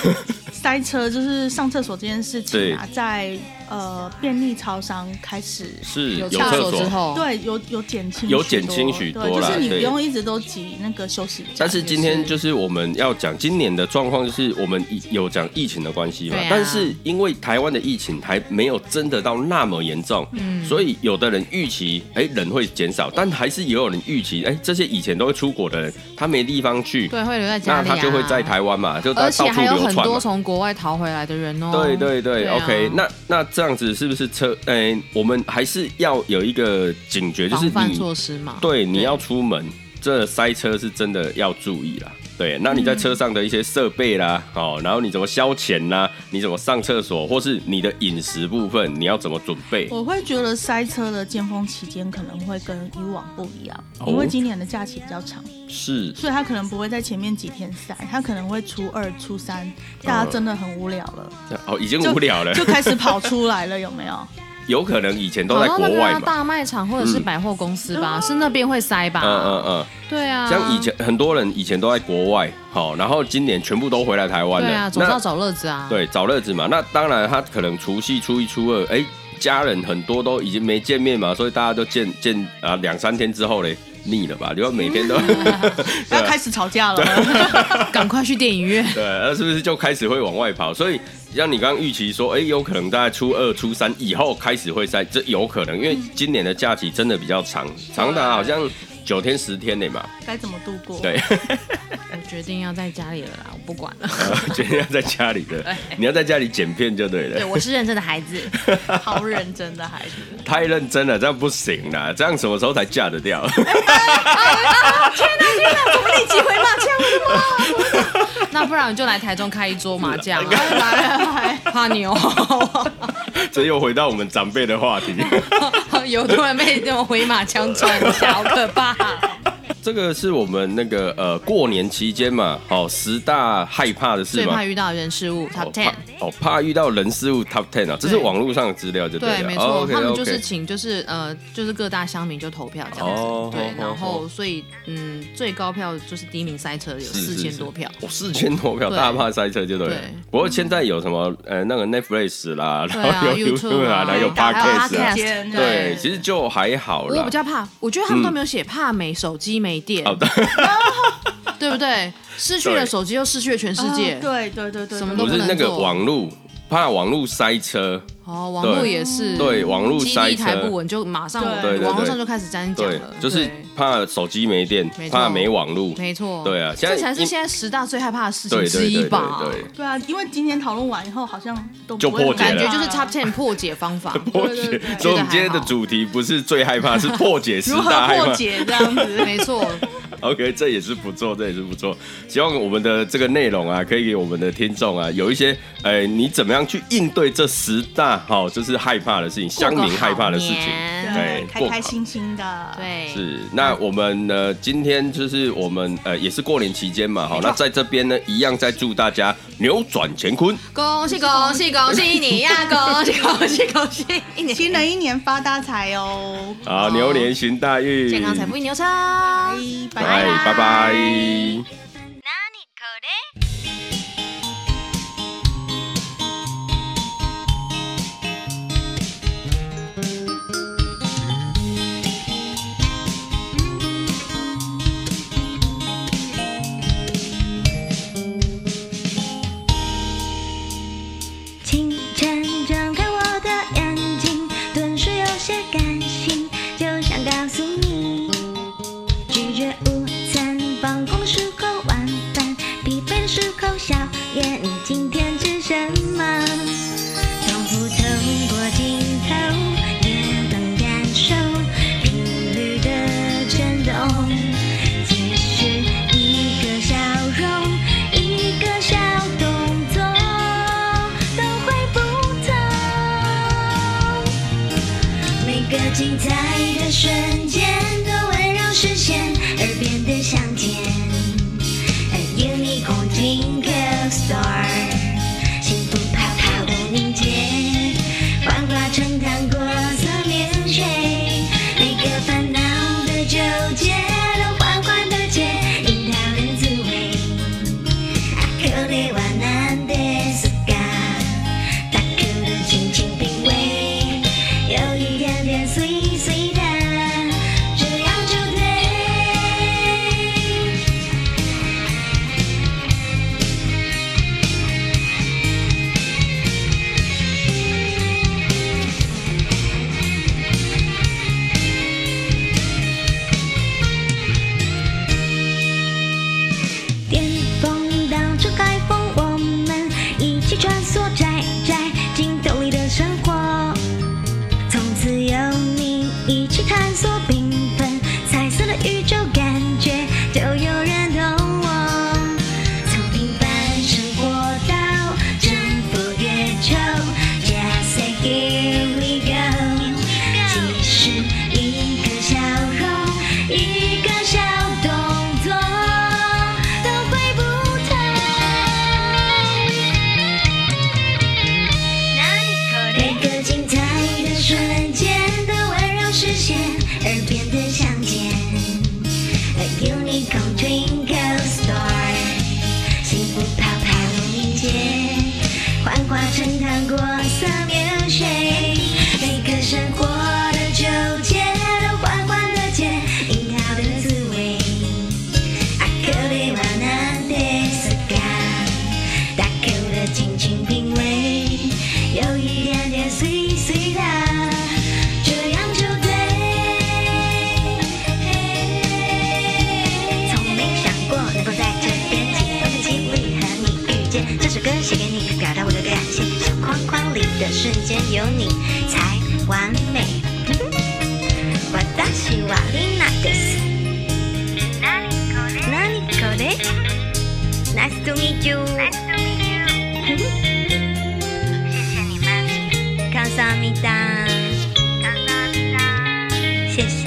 Speaker 3: 塞车就是上厕所这件事情啊，在呃便利超商开始
Speaker 1: 是有
Speaker 2: 有
Speaker 1: 厕
Speaker 2: 厕
Speaker 1: 所
Speaker 2: 所之后，
Speaker 3: 对有有减轻许多，
Speaker 1: 有减轻许多
Speaker 3: 对，就
Speaker 1: 啦
Speaker 3: 是你不
Speaker 1: 对
Speaker 3: 用一直都挤那个休息站。
Speaker 1: 但是今天就是我们要讲今年的状况，就是我们疫有讲疫情的关系嘛，
Speaker 2: 对啊
Speaker 1: 但是因为台湾的疫情还没有真的到那么严重，
Speaker 2: 嗯
Speaker 1: 所以有的人预期哎、人会减少，但还是也有人预期哎、这些以前都会出国的人，他没地方去，
Speaker 2: 对会留在家
Speaker 1: 那
Speaker 2: 里啊，
Speaker 1: 他就会在台湾嘛，就到
Speaker 2: 而
Speaker 1: 到处
Speaker 2: 且还有
Speaker 1: 流
Speaker 2: 很
Speaker 1: 窜
Speaker 2: 多
Speaker 1: 嘛。
Speaker 2: 从国外逃回来的人哦。
Speaker 1: 对对对
Speaker 2: 对啊
Speaker 1: o k 那那这样子是不是车？哎、我们还是要有一个警觉，就是
Speaker 2: 防范
Speaker 1: 你
Speaker 2: 措施嘛。
Speaker 1: 对，你要出门，这塞车是真的要注意啦。对，那你在车上的一些设备啦，
Speaker 2: 嗯
Speaker 1: 哦，然后你怎么消遣啦，你怎么上厕所，或是你的饮食部分，你要怎么准备？
Speaker 3: 我会觉得塞车的尖峰期间可能会跟以往不一样，
Speaker 1: 哦
Speaker 3: 因为今年的假期比较长，
Speaker 1: 是
Speaker 3: 所以他可能不会在前面几天塞，他可能会初二、初三，大家真的很无聊了，
Speaker 1: 哦，已经
Speaker 3: 就
Speaker 1: 无聊了，啊
Speaker 3: 就开始跑出来了，有没有？
Speaker 1: 有可能以前都
Speaker 2: 跑
Speaker 1: 在
Speaker 2: 到
Speaker 1: 国
Speaker 2: 那个
Speaker 1: 外
Speaker 2: 啊
Speaker 1: 嘛。
Speaker 2: 大卖场或者是
Speaker 1: 嗯
Speaker 2: 百货公司吧，是那边会塞吧？
Speaker 1: 嗯嗯嗯，
Speaker 2: 对啊，
Speaker 1: 像以前很多人以前都在国外，好、然后今年全部都回来台湾了。
Speaker 2: 对啊，总是要
Speaker 1: 那
Speaker 2: 找乐子啊。
Speaker 1: 对，找乐子嘛。那当然，他可能除夕、初一、初二，哎、家人很多都已经没见面嘛，所以大家都见见啊两三天之后嘞，腻了吧？因为每天都
Speaker 3: 要开始吵架了，
Speaker 2: 赶快去电影院。
Speaker 1: 对，那是不是就开始会往外跑？所以像你刚刚预期说，哎、有可能大概初二、初三以后开始会塞，这有可能，因为今年的假期真的比较长，长达好像九天、十天嘞嘛。
Speaker 3: 该怎么度过？
Speaker 1: 对，
Speaker 2: 我决定要在家里了啦，我不管 了。
Speaker 1: 今天要在家里的，你要在家里剪片就对了。
Speaker 2: 对，我是认真的 孩子。
Speaker 3: 好认真的孩子，
Speaker 1: 太认真了，这样不行啦，这样什么时候才嫁得掉？
Speaker 2: 立即回麻将了。 那不然我就来台中开一桌麻将啊，
Speaker 3: 来来
Speaker 2: 怕你哦。
Speaker 1: 这又回到我们长辈的话题。
Speaker 2: 有突然被这种回马枪撞一下，好可 怕。
Speaker 1: 这个是我们那个呃过年期间嘛，哦十大害怕的事
Speaker 2: 最
Speaker 1: 嘛
Speaker 2: 怕。遇到的人事物 Top
Speaker 1: 哦
Speaker 2: Ten。
Speaker 1: 怕哦，怕遇到人事物 top ten 啊，这是
Speaker 2: 对
Speaker 1: 网络上的资料就
Speaker 2: 对，
Speaker 1: 了。
Speaker 2: 没
Speaker 1: 哦
Speaker 2: 错，
Speaker 1: ，OK，
Speaker 2: 他们就是
Speaker 1: OK
Speaker 2: 请，就是呃，就是各大乡民就投票这样
Speaker 1: 哦
Speaker 2: 子，对
Speaker 1: 好，
Speaker 2: 然
Speaker 1: 好
Speaker 2: 后所以嗯，最高票就是第一名塞车有
Speaker 1: 是
Speaker 2: 四千多票，，
Speaker 1: 是是哦，四千多票，
Speaker 2: 对
Speaker 1: 大家怕塞车就对了
Speaker 2: 对。
Speaker 1: 不过现在有什么呃那个 Netflix 啦，
Speaker 2: 对
Speaker 1: 然
Speaker 2: 啊
Speaker 1: 后 有
Speaker 2: YouTube 啊
Speaker 1: 然后有
Speaker 3: 嗯还有
Speaker 1: Podcast 啊
Speaker 2: Podcast，，
Speaker 3: 间
Speaker 1: 对，其实就还好
Speaker 2: 我
Speaker 1: 啦嗯
Speaker 2: 比。较怕，我觉得他们都没有写怕没手机没电，
Speaker 1: 好的，
Speaker 2: 对不对？失去了
Speaker 1: 对
Speaker 2: 手机又失去了全世界，
Speaker 3: 啊对对对对，
Speaker 2: 什么都
Speaker 1: 不
Speaker 2: 不
Speaker 1: 是
Speaker 2: 能
Speaker 1: 那个
Speaker 2: 做
Speaker 1: 网络怕网络塞车，
Speaker 2: 哦，网络
Speaker 1: 对
Speaker 2: 也是，
Speaker 1: 对，网络
Speaker 2: 基
Speaker 1: 塞
Speaker 2: 地台不
Speaker 1: 车，
Speaker 2: 稳就马上
Speaker 3: 对
Speaker 1: 对对
Speaker 2: 网络上就开始沾讲
Speaker 1: 对
Speaker 2: 了，，
Speaker 1: 就是
Speaker 2: 对
Speaker 1: 怕手机没电
Speaker 2: 没，错
Speaker 1: 怕没网络，
Speaker 2: 没错，
Speaker 1: 对啊现在
Speaker 2: 这才是
Speaker 1: 因
Speaker 2: 现在十大最害怕的事情
Speaker 1: 对
Speaker 2: 之
Speaker 1: 对
Speaker 2: 一
Speaker 1: 对对
Speaker 2: 吧？
Speaker 1: 对，
Speaker 3: 对啊，因为今天讨论完以后，好像都
Speaker 1: 就
Speaker 3: 不会
Speaker 1: 破解
Speaker 2: 感
Speaker 1: 了
Speaker 2: 觉就是 top
Speaker 3: 差
Speaker 2: ten 破解方法，
Speaker 1: 啊 破
Speaker 3: 对
Speaker 1: 解
Speaker 3: 对对。
Speaker 1: 所以我们
Speaker 2: 觉
Speaker 1: 今
Speaker 2: 得还
Speaker 1: 天的
Speaker 2: 好
Speaker 1: 主题不是最害怕，是破解十
Speaker 3: 如何
Speaker 1: 大害怕
Speaker 3: 破。解这样 子。
Speaker 2: 没错，
Speaker 1: OK，这也是不错，这也是不错。希望我们的这个内容啊，可以给我们的听众啊，有一些，哎、你怎么样去应对这十大好、就是害怕的事情，乡民害怕的事情。
Speaker 2: 情
Speaker 1: 对
Speaker 3: 对，啊开
Speaker 1: 过
Speaker 3: 开
Speaker 1: 考
Speaker 3: 心心的。，
Speaker 2: 对，
Speaker 1: 是，那我们呢？今天就是我们呃，也是过年期间嘛，好，那在这边呢，一样再祝大家扭转乾坤。
Speaker 2: 恭喜恭喜恭喜你呀！恭喜恭喜恭喜 一年
Speaker 3: 新的一年发大财哦！
Speaker 1: 啊，
Speaker 2: 哦
Speaker 1: 牛年行大运，
Speaker 2: 健康财富一牛车。
Speaker 3: 拜
Speaker 1: 哎拜
Speaker 3: 拜。
Speaker 1: 拜拜。
Speaker 4: 清晨睁开我的眼睛，顿时有些感性，就想告诉你，拒绝午餐，放空的时候晚饭，疲惫的时候宵夜，你今天吃什么？重复透过镜头，也能感受频率的震动。其实一个笑容，一个小动作，都会不同。每个精彩的瞬间都温柔视线，耳边的香甜。A unicorn twinkle star，幸福泡泡的凝结，幻化成糖果色棉絮，每个烦恼的纠结都缓缓地解，樱桃的滋味。これは何ですかタクルチンチン品味有一点点碎碎的这样就对巅峰到处开封，我们一起穿梭宅宅镜头里的生活。从此有你一起探索缤纷彩色的宇宙，感觉就有人懂我。从平凡生活到征服月球，Just say here we go。其实一个笑容，一个小动作，都会不同。每个精彩的瞬间都温柔视线，耳边的相见。A unicorn twinkle star，幸福泡泡凝结，幻化成糖果色棉絮。每个生活的纠结都缓缓地解，樱桃的滋味。あこれは何ですか？打勾的轻轻品味，有一点点碎碎的，这样就对。从没想过能够在这边几分的机会和你遇见，这首歌写给你，表达我的感谢。小框框里的瞬间有你才完美。私はリナです。何これ？Nice to meet you. Nice to meet you. 谢谢你们。感谢阿弥陀。感谢阿弥陀。谢谢。